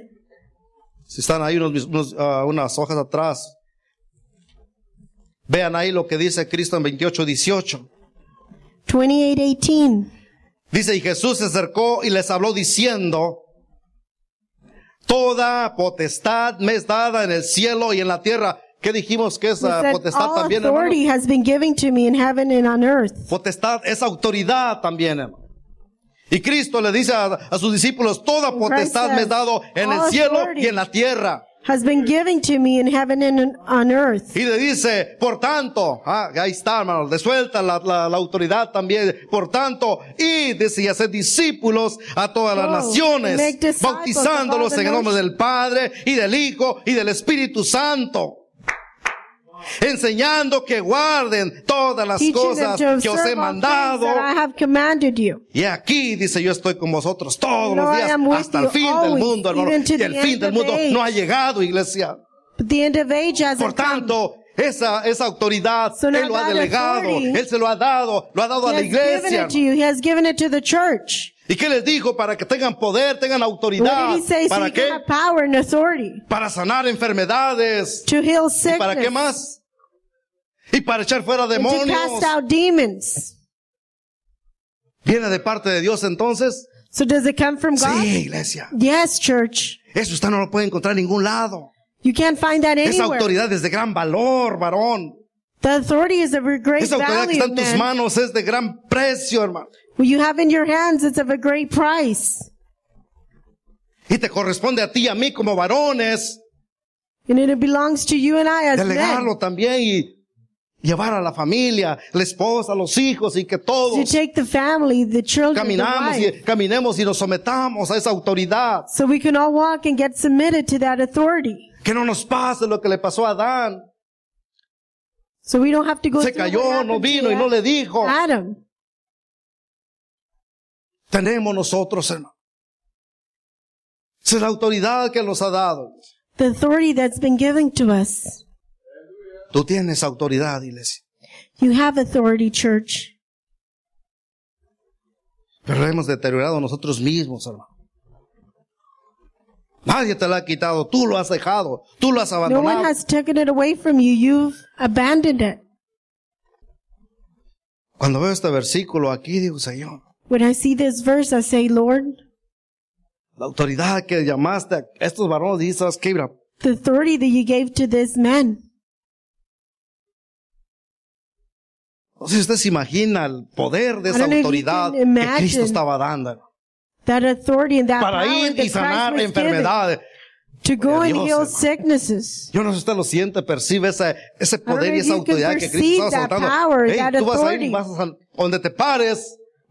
A: Si están ahí unos- unos, ah, unas hojas atrás, vean ahí lo que dice Cristo en 28, 18.
B: 28, 18.
A: Dice, y Jesús se acercó y les habló diciendo, toda potestad me es dada en el cielo y en la tierra. ¿Qué dijimos que
B: He
A: esa
B: said,
A: potestad
B: all
A: también, hermano?
B: authority has been given to me in heaven and on earth.
A: Potestad es autoridad también, hermano. Y Cristo le dice a, a sus discípulos, toda
B: And
A: potestad
B: Christ
A: me es
B: says,
A: dado en el
B: "All
A: cielo
B: authority".
A: y en la tierra.
B: Has been given to me in heaven and on earth.
A: Y le dice, por tanto, ah, ahí está, hermano, le suelta la, la- la autoridad también. Por tanto, y dice, y hacer discípulos a todas las
B: Go,
A: naciones,
B: make disciples of all
A: bautizándolos
B: the
A: en el nombre
B: nations.
A: del Padre y del Hijo y del Espíritu Santo. Enseñando que guarden todas las
B: Teaching them
A: cosas
B: to
A: que os he
B: observe all things
A: mandado.
B: that I have commanded you.
A: Y aquí dice, yo estoy con vosotros todos
B: Lord,
A: los
B: I
A: días
B: am with
A: hasta el
B: you
A: fin del
B: always,
A: mundo, hermano.
B: even to
A: Y
B: the
A: el
B: end
A: fin del
B: of
A: mundo
B: age.
A: no ha llegado, iglesia.
B: But the end of age
A: Por
B: hasn't come.
A: tanto, esa, esa autoridad,
B: So now
A: Él lo ha
B: that
A: delegado,
B: authority,
A: Él se lo ha dado, lo ha dado a la
B: He has given
A: iglesia.
B: it to you. He has given it to the church.
A: ¿Y qué les dijo? Para que tengan poder, tengan
B: What
A: autoridad.
B: did he say? So
A: ¿Para
B: you can
A: qué?
B: have power and authority
A: Para sanar enfermedades.
B: to heal
A: ¿Y para qué
B: sickness,
A: más? Y para echar fuera
B: and to
A: demonios.
B: cast out demons.
A: ¿Viene de parte de Dios entonces?
B: So does it come from God?
A: Sí, iglesia.
B: Yes, church.
A: Eso usted no lo puede encontrar en ningún lado.
B: You can't find that
A: Esa
B: anywhere.
A: autoridad es de gran valor, varón.
B: The authority is of a great
A: Esa autoridad que
B: value,
A: está en tus
B: man.
A: manos es de gran precio, hermano.
B: What you have in your hands, it's of a great price.
A: Y te corresponde a ti y a mí como varones
B: And it belongs to you and I as men
A: delegarlo también y llevar a la familia, la esposa, los hijos y que
B: to
A: todos
B: take the family, the children, the
A: caminamos
B: wife,
A: y, caminemos y nos sometamos a esa autoridad.
B: so we can all walk and get submitted to that authority.
A: Que no nos pase lo que le pasó a Adán.
B: So we don't have to go
A: Se
B: through
A: cayó,
B: what
A: no
B: happened to Ah,
A: vino y no le dijo.
B: Adam.
A: Tenemos nosotros, hermano. Esa es la autoridad que nos ha dado.
B: The authority that's been given to us.
A: Tú tienes autoridad, iglesia.
B: You have authority, church.
A: Pero la hemos deteriorado nosotros mismos, hermano. Nadie te la ha quitado, tú lo has dejado, tú lo has
B: No
A: abandonado.
B: one has taken it away from you. You've abandoned it.
A: Cuando veo este versículo aquí, digo, Señor,
B: When I see this verse, I say, Lord,
A: la autoridad que llamaste a estos varones de Israel, que mira,
B: the authority that you gave to this man.
A: no sé si usted se imagina el poder de
B: I
A: esa
B: don't know if you
A: autoridad
B: can
A: que Cristo
B: imagine.
A: estaba dando. hermano.
B: That authority and that
A: Para
B: power
A: ir y
B: that Christ
A: sanar
B: was given
A: enfermedades.
B: to go
A: Gloria a Dios,
B: and heal
A: hermano.
B: sicknesses.
A: Yo no sé si usted lo siente, percibe ese, ese
B: don't
A: poder
B: know
A: y
B: if
A: esa
B: you can
A: autoridad que
B: perceive
A: Cristo estaba
B: that
A: soltando.
B: power,
A: Ey,
B: that
A: tú vas a ir,
B: authority.
A: vas a san- donde te pares,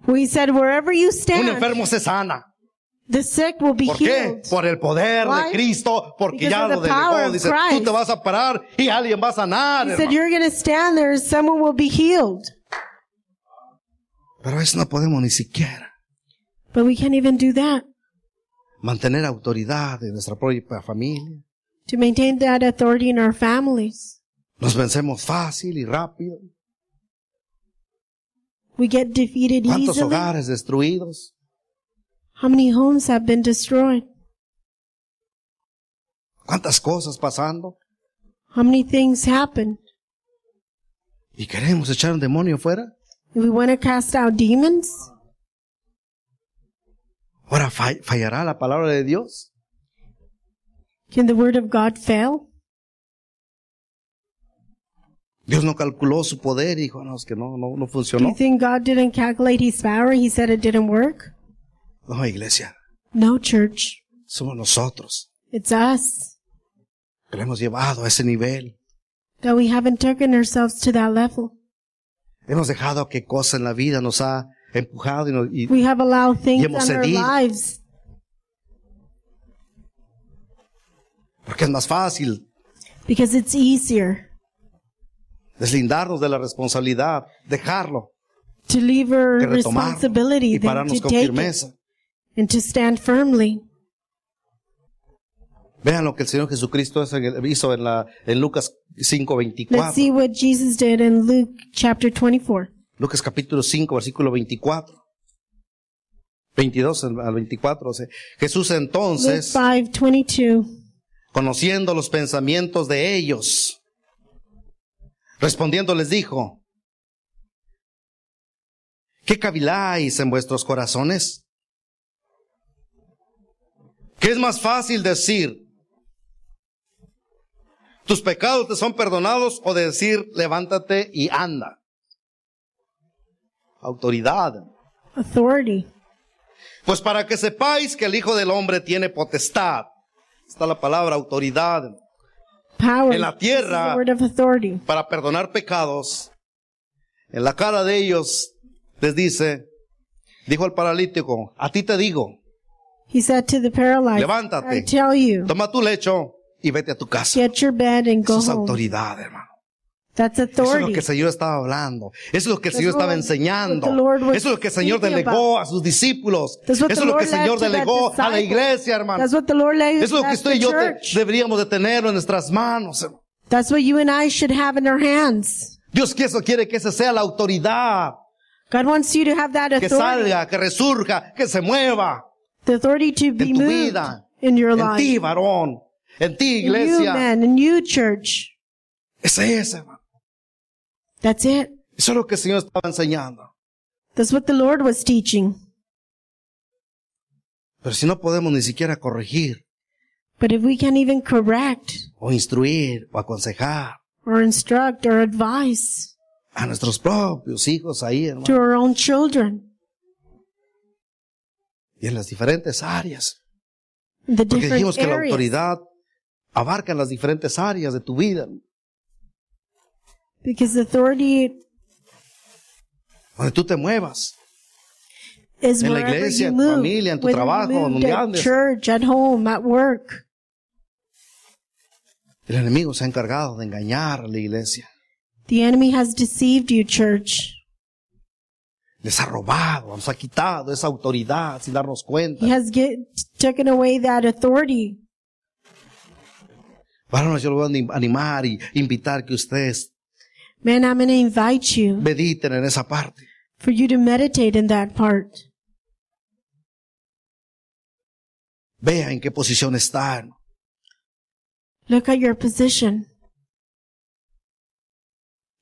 B: We said, wherever you
A: un
B: stand,
A: enfermo se sana.
B: the sick will be
A: ¿Por qué?
B: healed.
A: Por el poder de
B: Why?
A: Cristo, porque
B: Because
A: ya
B: of the
A: lo
B: power
A: delegó.
B: of
A: Dice, tú
B: Christ.
A: te vas a parar y alguien va a sanar.
B: He said,
A: hermano.
B: you're going to stand there and someone will be healed.
A: Pero eso no podemos ni siquiera
B: But we can't even do that.
A: mantener autoridad de nuestra propia familia.
B: To maintain that authority in our families,
A: Nos vencemos fácil y rápido.
B: we get defeated
A: ¿Cuántos
B: easily.
A: hogares destruidos?
B: How many homes have been destroyed?
A: ¿Cuántas cosas pasando?
B: How many things happen?
A: ¿Y queremos echar un demonio fuera?
B: Do we want to cast out demons?
A: ¿Ahora fa- fallará la palabra de Dios?
B: Can the word of God fail?
A: Dios no calculó su poder y dijo, no, es que no, no, no
B: Do you
A: funcionó.
B: think God didn't calculate his power? He said it didn't work?
A: No, iglesia,
B: No, church.
A: somos nosotros
B: It's us
A: que lo hemos llevado a ese nivel.
B: that we haven't taken ourselves to that level.
A: Hemos dejado a qué cosa en la vida nos ha empujado y, nos- y
B: We have allowed things
A: Y hemos
B: on our
A: cedido.
B: lives
A: porque es más fácil
B: because it's easier
A: deslindarnos de la responsabilidad, dejarlo,
B: to leave our
A: que retomarlo
B: responsibility
A: y
B: than to
A: pararnos con
B: take it
A: firmeza.
B: and to stand firmly.
A: Vean lo que el Señor Jesucristo hizo en el- hizo en, la, en Lucas
B: Let's see
A: 5:24.
B: what Jesus did in Luke chapter 24.
A: Lucas capítulo 5, versículo 24. 22 al 24. dice, Jesús
B: Luke
A: entonces,
B: 5, 22.
A: conociendo los pensamientos de ellos, respondiendo les dijo, ¿qué caviláis en vuestros corazones? ¿Qué es más fácil decir? ¿Tus pecados te son perdonados o decir levántate y anda? Autoridad.
B: Authority.
A: Pues para que sepáis que el Hijo del Hombre tiene potestad. Está la palabra autoridad.
B: Power.
A: En la
B: This is
A: tierra.
B: the word of authority.
A: para perdonar pecados, en la cara de ellos les dice, dijo el paralítico, a ti te digo,
B: He said to the paralyzed,
A: Levántate.
B: I tell you,
A: toma tu lecho y vete a tu casa.
B: get your bed and
A: Eso
B: go
A: es
B: home.
A: autoridad, hermano.
B: That's
A: Eso es lo
B: authority.
A: que el Señor estaba hablando. Eso es lo que el
B: That's
A: Señor estaba
B: what-
A: enseñando.
B: what the Lord was
A: Eso es lo que el Señor
B: speaking
A: delegó a sus discípulos.
B: That's
A: Eso
B: what the
A: es lo que el
B: Lord
A: Señor
B: led to the
A: delegó a la
B: disciples.
A: iglesia, hermano.
B: That's what the Lord laid
A: Eso es lo que
B: left
A: usted y
B: the
A: yo te-
B: church.
A: deberíamos de tener en nuestras manos, hermano.
B: That's what you and I should have in our hands.
A: Dios quiso- quiere que esa sea la autoridad.
B: God wants you to have that
A: Que
B: authority.
A: salga, que resurja, que se mueva.
B: The authority to be
A: tu
B: moved
A: vida,
B: in your
A: En ti,
B: life.
A: varón. En ti,
B: In you,
A: iglesia.
B: man, and you, church.
A: Es ese, hermano.
B: That's it.
A: Eso es lo que el Señor estaba enseñando.
B: That's what the Lord was teaching.
A: Pero si no podemos ni siquiera corregir
B: But if we can't even correct
A: o instruir o aconsejar
B: or instruct or advise
A: a nuestros propios hijos ahí, hermano,
B: to our own children
A: y en las diferentes áreas.
B: in the
A: Porque dijimos
B: different
A: que la
B: areas,
A: autoridad abarca las diferentes áreas de tu vida, hermano.
B: because authority
A: donde tú te muevas.
B: is
A: En la
B: wherever
A: iglesia,
B: you
A: en tu
B: move,
A: familia, en tu
B: whether you
A: trabajo,
B: moved
A: donde
B: at
A: andes.
B: church, at home, at work.
A: El enemigo se ha encargado de engañar a la iglesia.
B: The enemy has deceived you, church.
A: Les ha robado, nos ha quitado esa autoridad sin darnos cuenta.
B: He has get, taken away that authority.
A: Varones, yo lo voy a anim- animar y invitar que ustedes
B: Man, I'm going to invite you
A: mediten en esa parte.
B: for you to meditate in that part.
A: Vean en qué posición están.
B: Look at your position.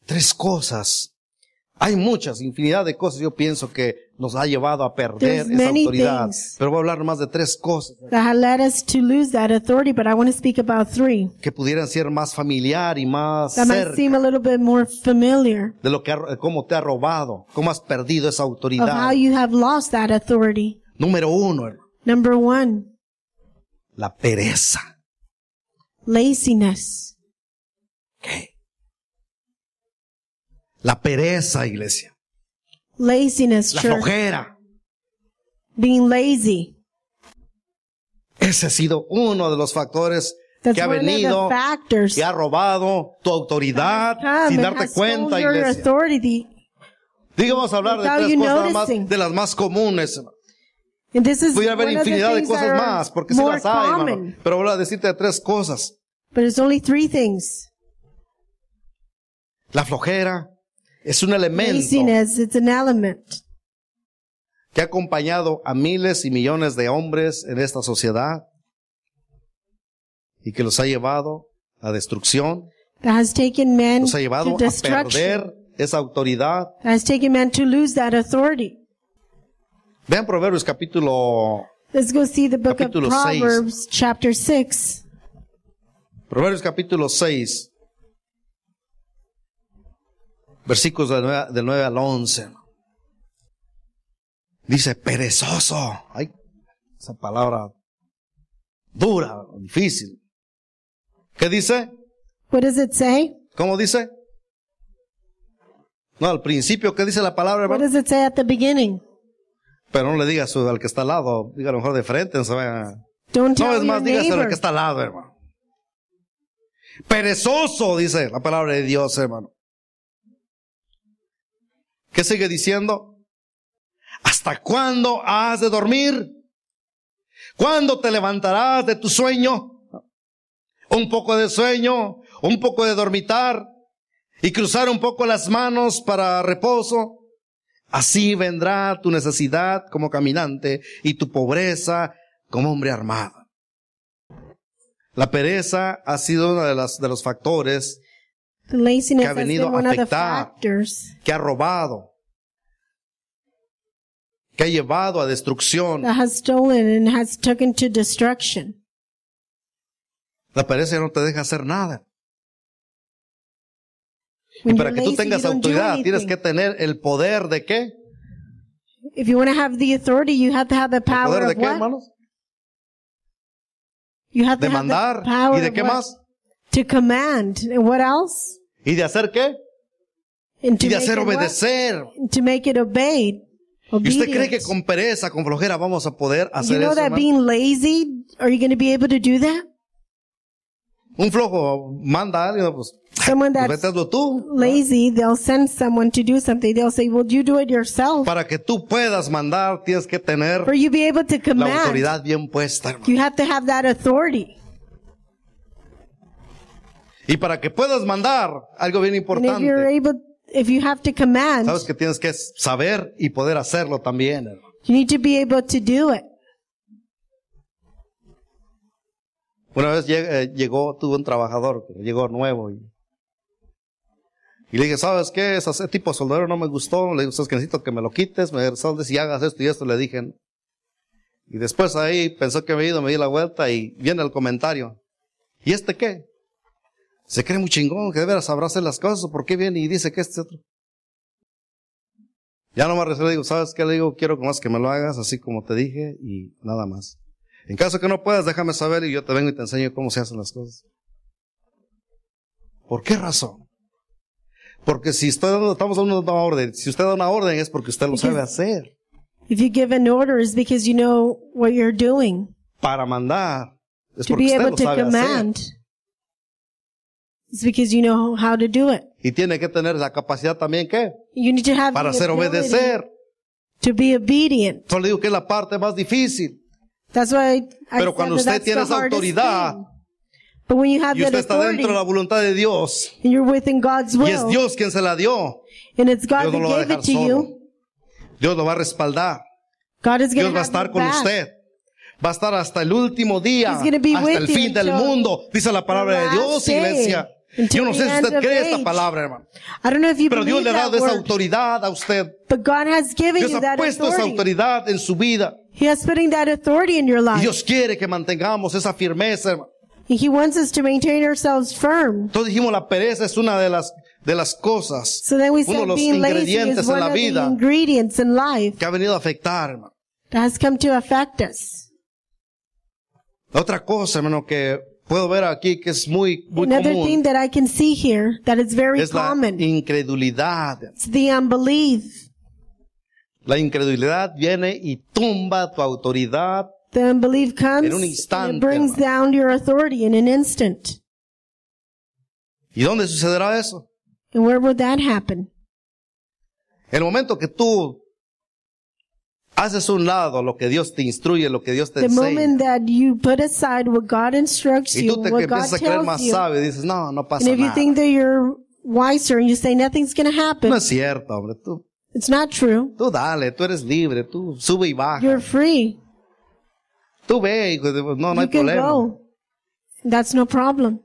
A: Tres cosas. Hay muchas, infinidad de cosas yo pienso que nos ha llevado a perder
B: There's
A: esa
B: many
A: autoridad.
B: things.
A: Pero voy a hablar más de tres cosas
B: That had led us to lose that authority, but I want to speak about three
A: que pudieran ser más familiar y más
B: that might
A: cerca
B: seem a little bit more familiar
A: de lo que ha- cómo te ha robado, cómo has perdido esa
B: of how
A: autoridad.
B: you have lost that authority.
A: Número uno, hermano,
B: Number one,
A: la pereza.
B: laziness.
A: ¿Qué? La pereza, iglesia.
B: Laziness,
A: La
B: church.
A: flojera.
B: Being lazy.
A: Ese ha sido uno de los factores
B: That's
A: que ha
B: one of
A: venido
B: the factors.
A: que ha robado tu autoridad
B: Come,
A: sin
B: it
A: darte
B: has stolen
A: cuenta,
B: your
A: iglesia.
B: authority.
A: Digo, vamos a hablar de
B: without
A: tres
B: you
A: cosas más,
B: noticing.
A: de las más comunes. hermano.
B: And this is
A: Pudiera haber
B: one of the
A: infinidad de
B: things that
A: cosas
B: are
A: más, porque se
B: more
A: las hay, hermano.
B: common.
A: Pero voy a decirte de tres cosas.
B: But it's only three things.
A: La flojera es un elemento
B: Laziness, it's an element
A: que ha acompañado a miles y millones de hombres en esta sociedad y que los ha llevado a destrucción,
B: that has taken men
A: los ha
B: to
A: llevado a
B: destruction.
A: perder esa autoridad.
B: That has taken men to lose that authority.
A: Vean Proverbios capítulo,
B: Let's go see the book
A: Capítulo
B: of
A: seis.
B: Proverbs, chapter 6.
A: Proverbios capítulo 6, versículos del 9, del 9 al 11. Dice, perezoso. Ay, esa palabra dura, difícil. ¿Qué dice?
B: What does it say?
A: ¿Cómo dice? No, al principio, ¿qué dice la palabra,
B: What
A: hermano?
B: does it say at the beginning?
A: Pero no le digas al que está al lado, diga a lo mejor de frente, no se vaya-
B: Don't
A: No,
B: tell
A: es
B: your
A: más, dígaselo al
B: neighbor.
A: que está al lado, hermano. Perezoso, dice la palabra de Dios, hermano. ¿Qué sigue diciendo? ¿Hasta cuándo has de dormir? ¿Cuándo te levantarás de tu sueño? Un poco de sueño, un poco de dormitar y cruzar un poco las manos para reposo. Así vendrá tu necesidad como caminante y tu pobreza como hombre armado. La pereza ha sido uno de, las- de los factores
B: The laziness
A: que ha
B: has
A: venido
B: been
A: a
B: one of the
A: afectar.
B: factors
A: que ha robado, que ha llevado a destrucción.
B: that has stolen and has taken to destruction.
A: La pereza no te deja hacer nada. Y
B: When
A: para
B: you're
A: que tú
B: lazy,
A: tengas
B: you don't do
A: autoridad, tienes
B: anything.
A: que tener el poder de qué?
B: If you want to have the authority, you have to have the
A: ¿El
B: power
A: poder de
B: of
A: qué,
B: what?
A: hermanos?
B: You have to
A: De mandar.
B: have the power
A: ¿Y de
B: of
A: qué
B: what?
A: más?
B: To command. And what else?
A: ¿Y de hacer qué?
B: And to,
A: Y de
B: make
A: hacer
B: it what?
A: obedecer.
B: to make it obeyed.
A: ¿Y usted cree que
B: Obedience.
A: con pereza, con flojera vamos a poder
B: You
A: hacer
B: know
A: eso?
B: that
A: hermano?
B: being lazy, are you going to be able to do that?
A: Un flojo manda a alguien, pues,
B: Someone
A: pues
B: that's
A: vete, hazlo tú.
B: lazy, they'll send someone to do something. They'll say, well, you do it yourself.
A: Para que tú puedas mandar, tienes que tener
B: For you be able to
A: la
B: command,
A: autoridad bien puesta, hermano.
B: you have to have that authority.
A: Y para que puedas mandar, algo bien
B: And if you're
A: importante,
B: able, if you have to command,
A: sabes que tienes que saber y poder hacerlo también. hermano.
B: you need to be able to do it.
A: Una vez lleg- eh, llegó, tuvo un trabajador, llegó nuevo y, Y le dije, ¿sabes qué? Ese ese tipo de soldadero no me gustó. Le dije, ¿sabes que necesito que me lo quites? Me soldes y hagas esto y esto. Le dije. Y después ahí pensó que me he ido, me di la vuelta y viene el comentario. ¿Y este qué? Se cree muy chingón, que de veras sabrá hacer las cosas. ¿Por qué viene y dice que este otro? Ya no me le digo, ¿sabes qué? Le digo, quiero que más que me lo hagas, así como te dije, y nada más. En caso que no puedas, déjame saber y yo te vengo y te enseño cómo se hacen las cosas. ¿Por qué razón? Porque si estoy dando- estamos dando una orden, si usted da una orden es porque usted lo sabe hacer.
B: If you give an order, it's because you know what you're doing.
A: Para mandar es
B: To
A: porque
B: be
A: usted
B: able
A: lo
B: to
A: sabe hacer.
B: command, it's because you know how to do it.
A: Y tiene que tener la capacidad también, ¿qué?
B: You need to have
A: Para
B: the
A: ser
B: ability
A: obedecer.
B: to be obedient.
A: Solo digo que es la parte más difícil.
B: That's why I
A: Pero
B: said
A: cuando
B: that
A: usted
B: that's
A: tiene
B: the
A: esa
B: hardest
A: autoridad,
B: thing. But when you have
A: Y
B: that
A: usted está
B: authority,
A: dentro de la voluntad de Dios.
B: and you're within God's
A: Y es
B: will,
A: Dios quien se la dio.
B: and it's God
A: Dios no
B: that
A: lo va a
B: gave
A: dejar
B: it to
A: solo.
B: you,
A: Dios lo va a respaldar.
B: God is
A: Dios
B: going to
A: va a
B: have
A: estar
B: your
A: con
B: back.
A: usted. Va a estar hasta el último día,
B: He's gonna be
A: hasta
B: with
A: el
B: you
A: fin del
B: until
A: mundo, dice la palabra de
B: the
A: Dios,
B: last day,
A: iglesia.
B: until
A: Yo no sé
B: the
A: si
B: end
A: usted
B: of
A: cree esta
B: age.
A: palabra, hermano.
B: I don't know if you
A: Pero Dios
B: believe
A: le ha
B: that
A: dado esa
B: word,
A: autoridad a usted.
B: but God has given
A: Dios
B: you
A: ha
B: that
A: puesto esa
B: authority.
A: autoridad en su vida.
B: He has put in that authority in your
A: Y
B: life.
A: Dios quiere que mantengamos esa firmeza, hermano.
B: And He wants us to maintain ourselves firm.
A: Entonces dijimos, la pereza es una de las, de las cosas,
B: So then we
A: uno de
B: said
A: los
B: being lazy is
A: ingredientes en
B: one
A: la
B: of the
A: vida
B: ingredients in life
A: que ha venido a afectar, hermano.
B: that has come to affect us.
A: La otra cosa, hermano, que puedo ver aquí que es muy, muy
B: Another
A: común
B: thing that I can see here that is very
A: es la
B: common.
A: incredulidad.
B: It's the unbelief.
A: La incredulidad viene y tumba tu autoridad.
B: The unbelief comes
A: En un
B: and
A: instante,
B: it brings
A: hermano.
B: down your authority in an instant.
A: ¿Y dónde sucederá eso?
B: And where would that happen?
A: El momento que tú haces un lado lo que Dios te instruye, lo que Dios te
B: The moment
A: enseña,
B: that you put aside what God instructs
A: y
B: you,
A: tú te
B: and
A: que
B: what God
A: empiezas a creer
B: tells
A: más
B: you,
A: sabio y dices, no, no
B: and
A: pasa
B: if you
A: nada.
B: think that you're wiser and you say nothing's going to
A: No
B: happen,
A: es cierto, hombre. Tú,
B: it's not true.
A: tú dale, tú eres libre, tú sube y baja.
B: You're free.
A: Tú ve y pues, no, no hay
B: you can
A: problema.
B: go. That's no problem.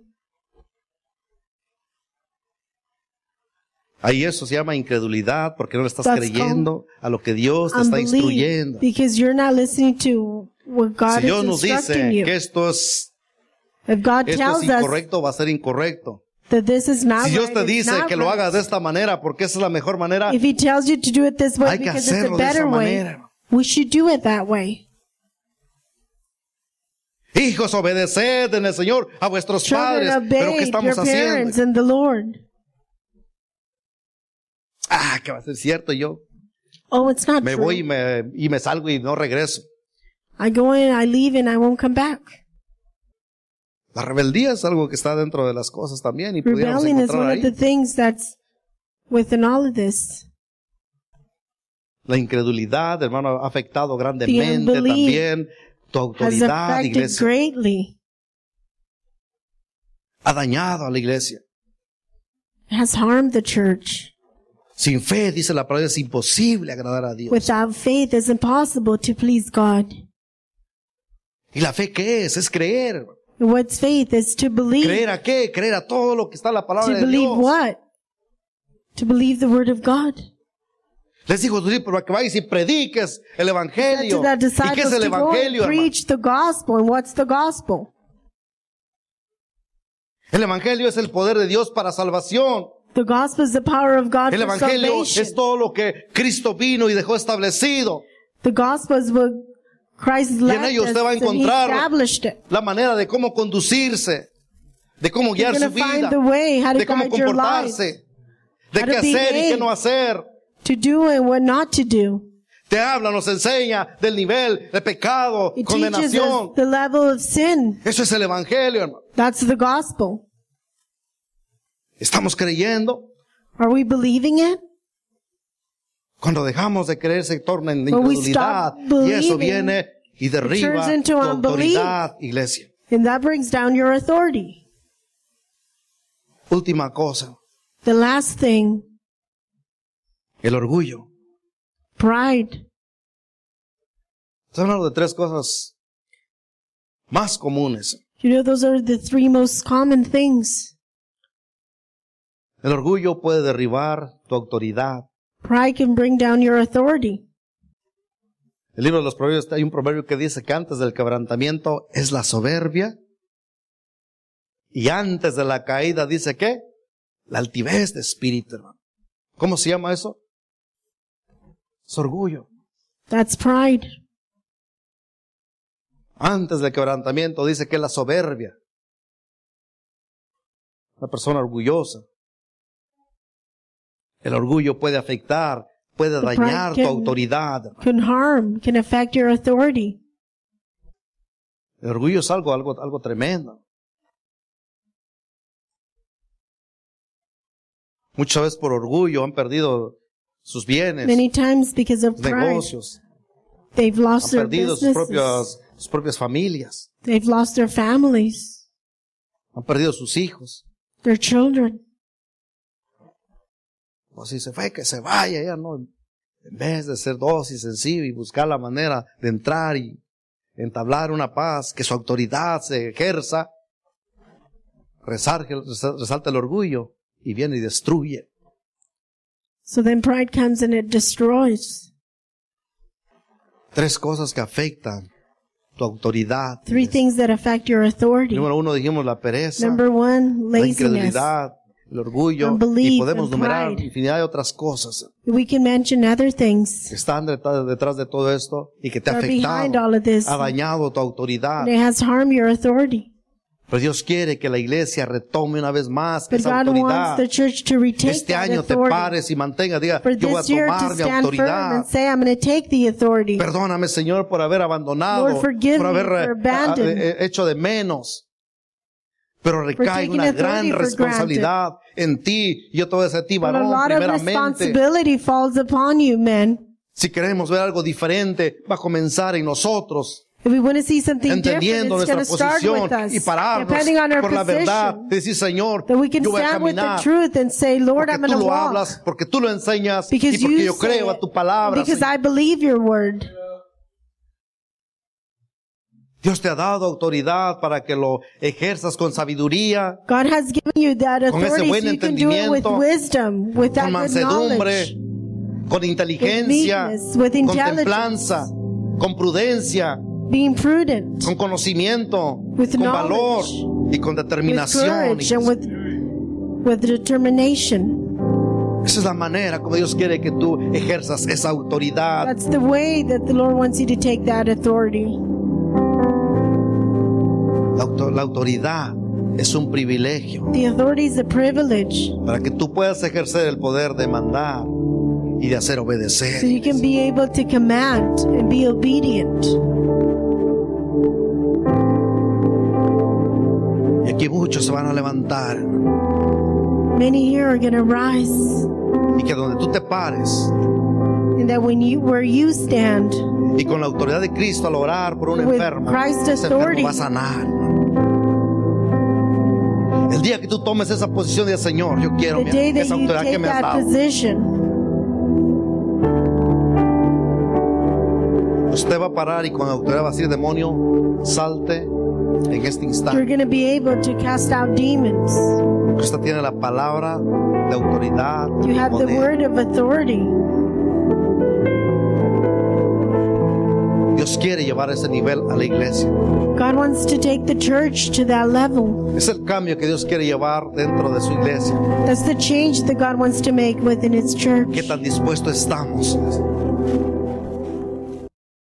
A: Ahí eso se llama incredulidad porque no le estás
B: That's
A: creyendo a lo que Dios te está
B: Unbelief,
A: instruyendo.
B: because you're not listening to what God
A: Si Dios
B: is
A: nos dice
B: instructing you.
A: que esto es,
B: If God
A: esto es
B: tells us
A: incorrecto, va a ser incorrecto.
B: that this is not
A: Si Dios
B: right,
A: te
B: it's
A: dice
B: not
A: que lo
B: right.
A: hagas de esta manera porque esa es la mejor manera,
B: If he tells you to do it this way
A: Hay que
B: because it's
A: hacerlo
B: a
A: de esa
B: better way,
A: manera.
B: we should do it that way.
A: hijos, obedeced en el Señor a vuestros
B: Children,
A: padres. Pero ¿qué
B: obey your
A: estamos
B: parents
A: haciendo?
B: and the Lord.
A: Ah, que va a ser cierto yo.
B: Oh, it's not
A: Me
B: true.
A: voy y me, y me salgo y no regreso.
B: I go in, I leave, and I won't come back.
A: La rebeldía es algo que está dentro de las cosas también y pudiéramos
B: Rebellion is
A: encontrar
B: one of the
A: ahí.
B: things that's within all of this.
A: La incredulidad, hermano, ha afectado
B: The
A: grandemente
B: unbelief
A: también tu
B: Has
A: autoridad,
B: affected
A: iglesia.
B: greatly.
A: Ha dañado a la iglesia.
B: It has harmed the church.
A: Sin fe, dice la palabra, es imposible agradar a Dios.
B: Without faith, it's impossible to please God.
A: ¿Y la fe qué es? Es creer.
B: And What's faith? Is to believe.
A: ¿Creer a qué? Creer a todo lo que está en la
B: To
A: palabra de
B: believe
A: Dios.
B: what? To believe the word of God.
A: Les dijo Jesús, para que vayas y prediques el
B: said to
A: evangelio.
B: the
A: ¿Y qué
B: disciples
A: es el
B: to go and
A: evangelio, hermano?
B: preach the gospel. And what's the gospel?
A: El evangelio es el poder de Dios para salvación.
B: The gospel is the power of God
A: El
B: for
A: evangelio
B: salvation.
A: es todo lo que Cristo vino y dejó establecido.
B: The gospel is what Christ
A: en
B: left
A: ello
B: us
A: usted va a
B: and he
A: encontrar-
B: established it.
A: La manera de cómo conducirse, de cómo
B: You're
A: guiar
B: going
A: su
B: to
A: vida,
B: find the way how to
A: de cómo
B: guide your life,
A: comportarse, de
B: how
A: qué
B: to
A: hacer y qué
B: behave.
A: no hacer.
B: to do and what not to do.
A: Te habla, nos enseña del nivel de pecado,
B: It teaches us
A: condenación.
B: the level of sin.
A: Eso es el evangelio, hermano.
B: That's the gospel.
A: Estamos creyendo.
B: Are we believing it?
A: Cuando dejamos de creer se torna en
B: When we
A: incredulidad.
B: stop
A: Y eso
B: believing,
A: viene y derriba
B: turns into
A: tu
B: unbelief.
A: autoridad, iglesia.
B: And that brings down your authority.
A: Última cosa,
B: The last thing,
A: el orgullo.
B: pride.
A: Estamos hablando de tres cosas más comunes.
B: You know, those are the three most common things.
A: El orgullo puede derribar tu autoridad.
B: Pride can bring down your authority.
A: El libro de los proverbios, hay un proverbio que dice que antes del quebrantamiento es la soberbia. Y antes de la caída dice que la altivez de espíritu, hermano. ¿Cómo se llama eso? Es orgullo.
B: That's pride.
A: Antes del quebrantamiento dice que es la soberbia. Una persona orgullosa. El orgullo puede afectar, puede
B: pride
A: dañar tu
B: can-
A: autoridad. hermano.
B: Can harm, can affect your authority.
A: El orgullo es algo, algo, algo tremendo. Muchas veces por orgullo han perdido sus bienes,
B: Many times because of
A: sus
B: pride,
A: negocios,
B: they've
A: han
B: lost their
A: perdido sus
B: businesses.
A: propias, sus propias familias,
B: They've lost their families,
A: han perdido sus hijos.
B: their children.
A: O si se fue, que se vaya, ya no. En vez de ser dócil, sencillo y buscar la manera de entrar y entablar una paz, que su autoridad se ejerza, resarge- resa- resalta el orgullo y viene y destruye.
B: So then pride comes and it destroys.
A: Tres cosas que afectan tu autoridad.
B: Three things that affect your authority.
A: Número uno dijimos la pereza,
B: Number one,
A: la
B: laziness.
A: incredulidad, el orgullo
B: Unbelief
A: y podemos
B: and
A: numerar
B: pride.
A: infinidad de otras cosas
B: We can mention other things.
A: que están detrás, detrás de todo esto y que te ha
B: Are behind all
A: afectado,
B: of this.
A: ha dañado tu autoridad.
B: And it has harmed your authority.
A: Pero Dios quiere que la iglesia retome una vez más
B: But
A: esa
B: God wants
A: autoridad.
B: the church to retake
A: Este
B: that
A: año te
B: authority.
A: pares y mantenga, diga,
B: For
A: yo voy a
B: this year
A: tomar
B: to
A: mi
B: stand firm
A: autoridad.
B: and say, I'm going to take the authority.
A: Perdóname, Señor, por haber abandonado,
B: Lord, forgive
A: por
B: me
A: haber
B: for
A: eh,
B: abandon.
A: eh, hecho de menos. Pero recae
B: taking
A: una gran
B: authority for
A: responsabilidad en ti. Yo te voy a decir a ti,
B: But a
A: varón,
B: lot of
A: primeramente.
B: responsibility falls upon you, men.
A: Si queremos ver algo diferente, va a comenzar en nosotros,
B: If we want to see something different,
A: entendiendo
B: it's going
A: nuestra
B: to start
A: posición
B: with us.
A: y pararnos
B: Depending on our
A: por la verdad.
B: position,
A: Decir, Señor,
B: that we can
A: yo voy a
B: stand with the
A: caminar.
B: truth and say, Lord,
A: Porque
B: I'm
A: tú
B: going to
A: lo
B: walk.
A: hablas, porque tú lo enseñas y
B: because
A: porque
B: you
A: yo
B: say
A: creo a
B: it,
A: tu palabra.
B: because
A: Señor.
B: I believe your word.
A: Dios te ha dado autoridad para que lo ejerzas con sabiduría,
B: God has given you that
A: ese
B: authority so
A: buen
B: you can do it with
A: entendimiento,
B: wisdom, with that
A: con
B: good
A: mansedumbre,
B: knowledge,
A: con inteligencia,
B: meekness, with
A: con
B: intelligence.
A: templanza, con prudencia,
B: being prudent,
A: con conocimiento,
B: With
A: con
B: knowledge,
A: valor y con
B: with
A: determinación.
B: courage, and
A: hijos.
B: with, with determination.
A: Esa es la manera como Dios quiere que tú ejerzas esa autoridad.
B: That's the way that the Lord wants you to take that authority.
A: La, auto- la autoridad es un privilegio
B: The authority is a privilege,
A: para que tú puedas ejercer el poder de mandar y de hacer
B: so
A: obedecer.
B: you can be able to command and be obedient.
A: Y aquí muchos se van a levantar
B: Many here are going to rise,
A: y que donde tú te pares
B: and that when you where you stand,
A: y con la autoridad de Cristo al orar por una
B: With
A: enferma,
B: Christ's
A: ese enfermo
B: authority.
A: va a sanar. El día que tú tomes esa posición de Señor, yo quiero
B: the
A: mi-
B: day that
A: esa
B: you
A: autoridad que
B: take
A: me has
B: that
A: dado.
B: position,
A: Usted va a parar y con la autoridad va a decir, demonio, salte en este
B: you're
A: instante.
B: going to be able to cast out demons.
A: Porque usted tiene la palabra de autoridad.
B: You
A: y
B: have the
A: poder.
B: word of authority.
A: Dios quiere llevar ese nivel a la iglesia.
B: God wants to take the church to that level.
A: Es el cambio que Dios quiere llevar dentro de su iglesia.
B: That's the change that God wants to make within His church.
A: ¿Qué tan dispuestos estamos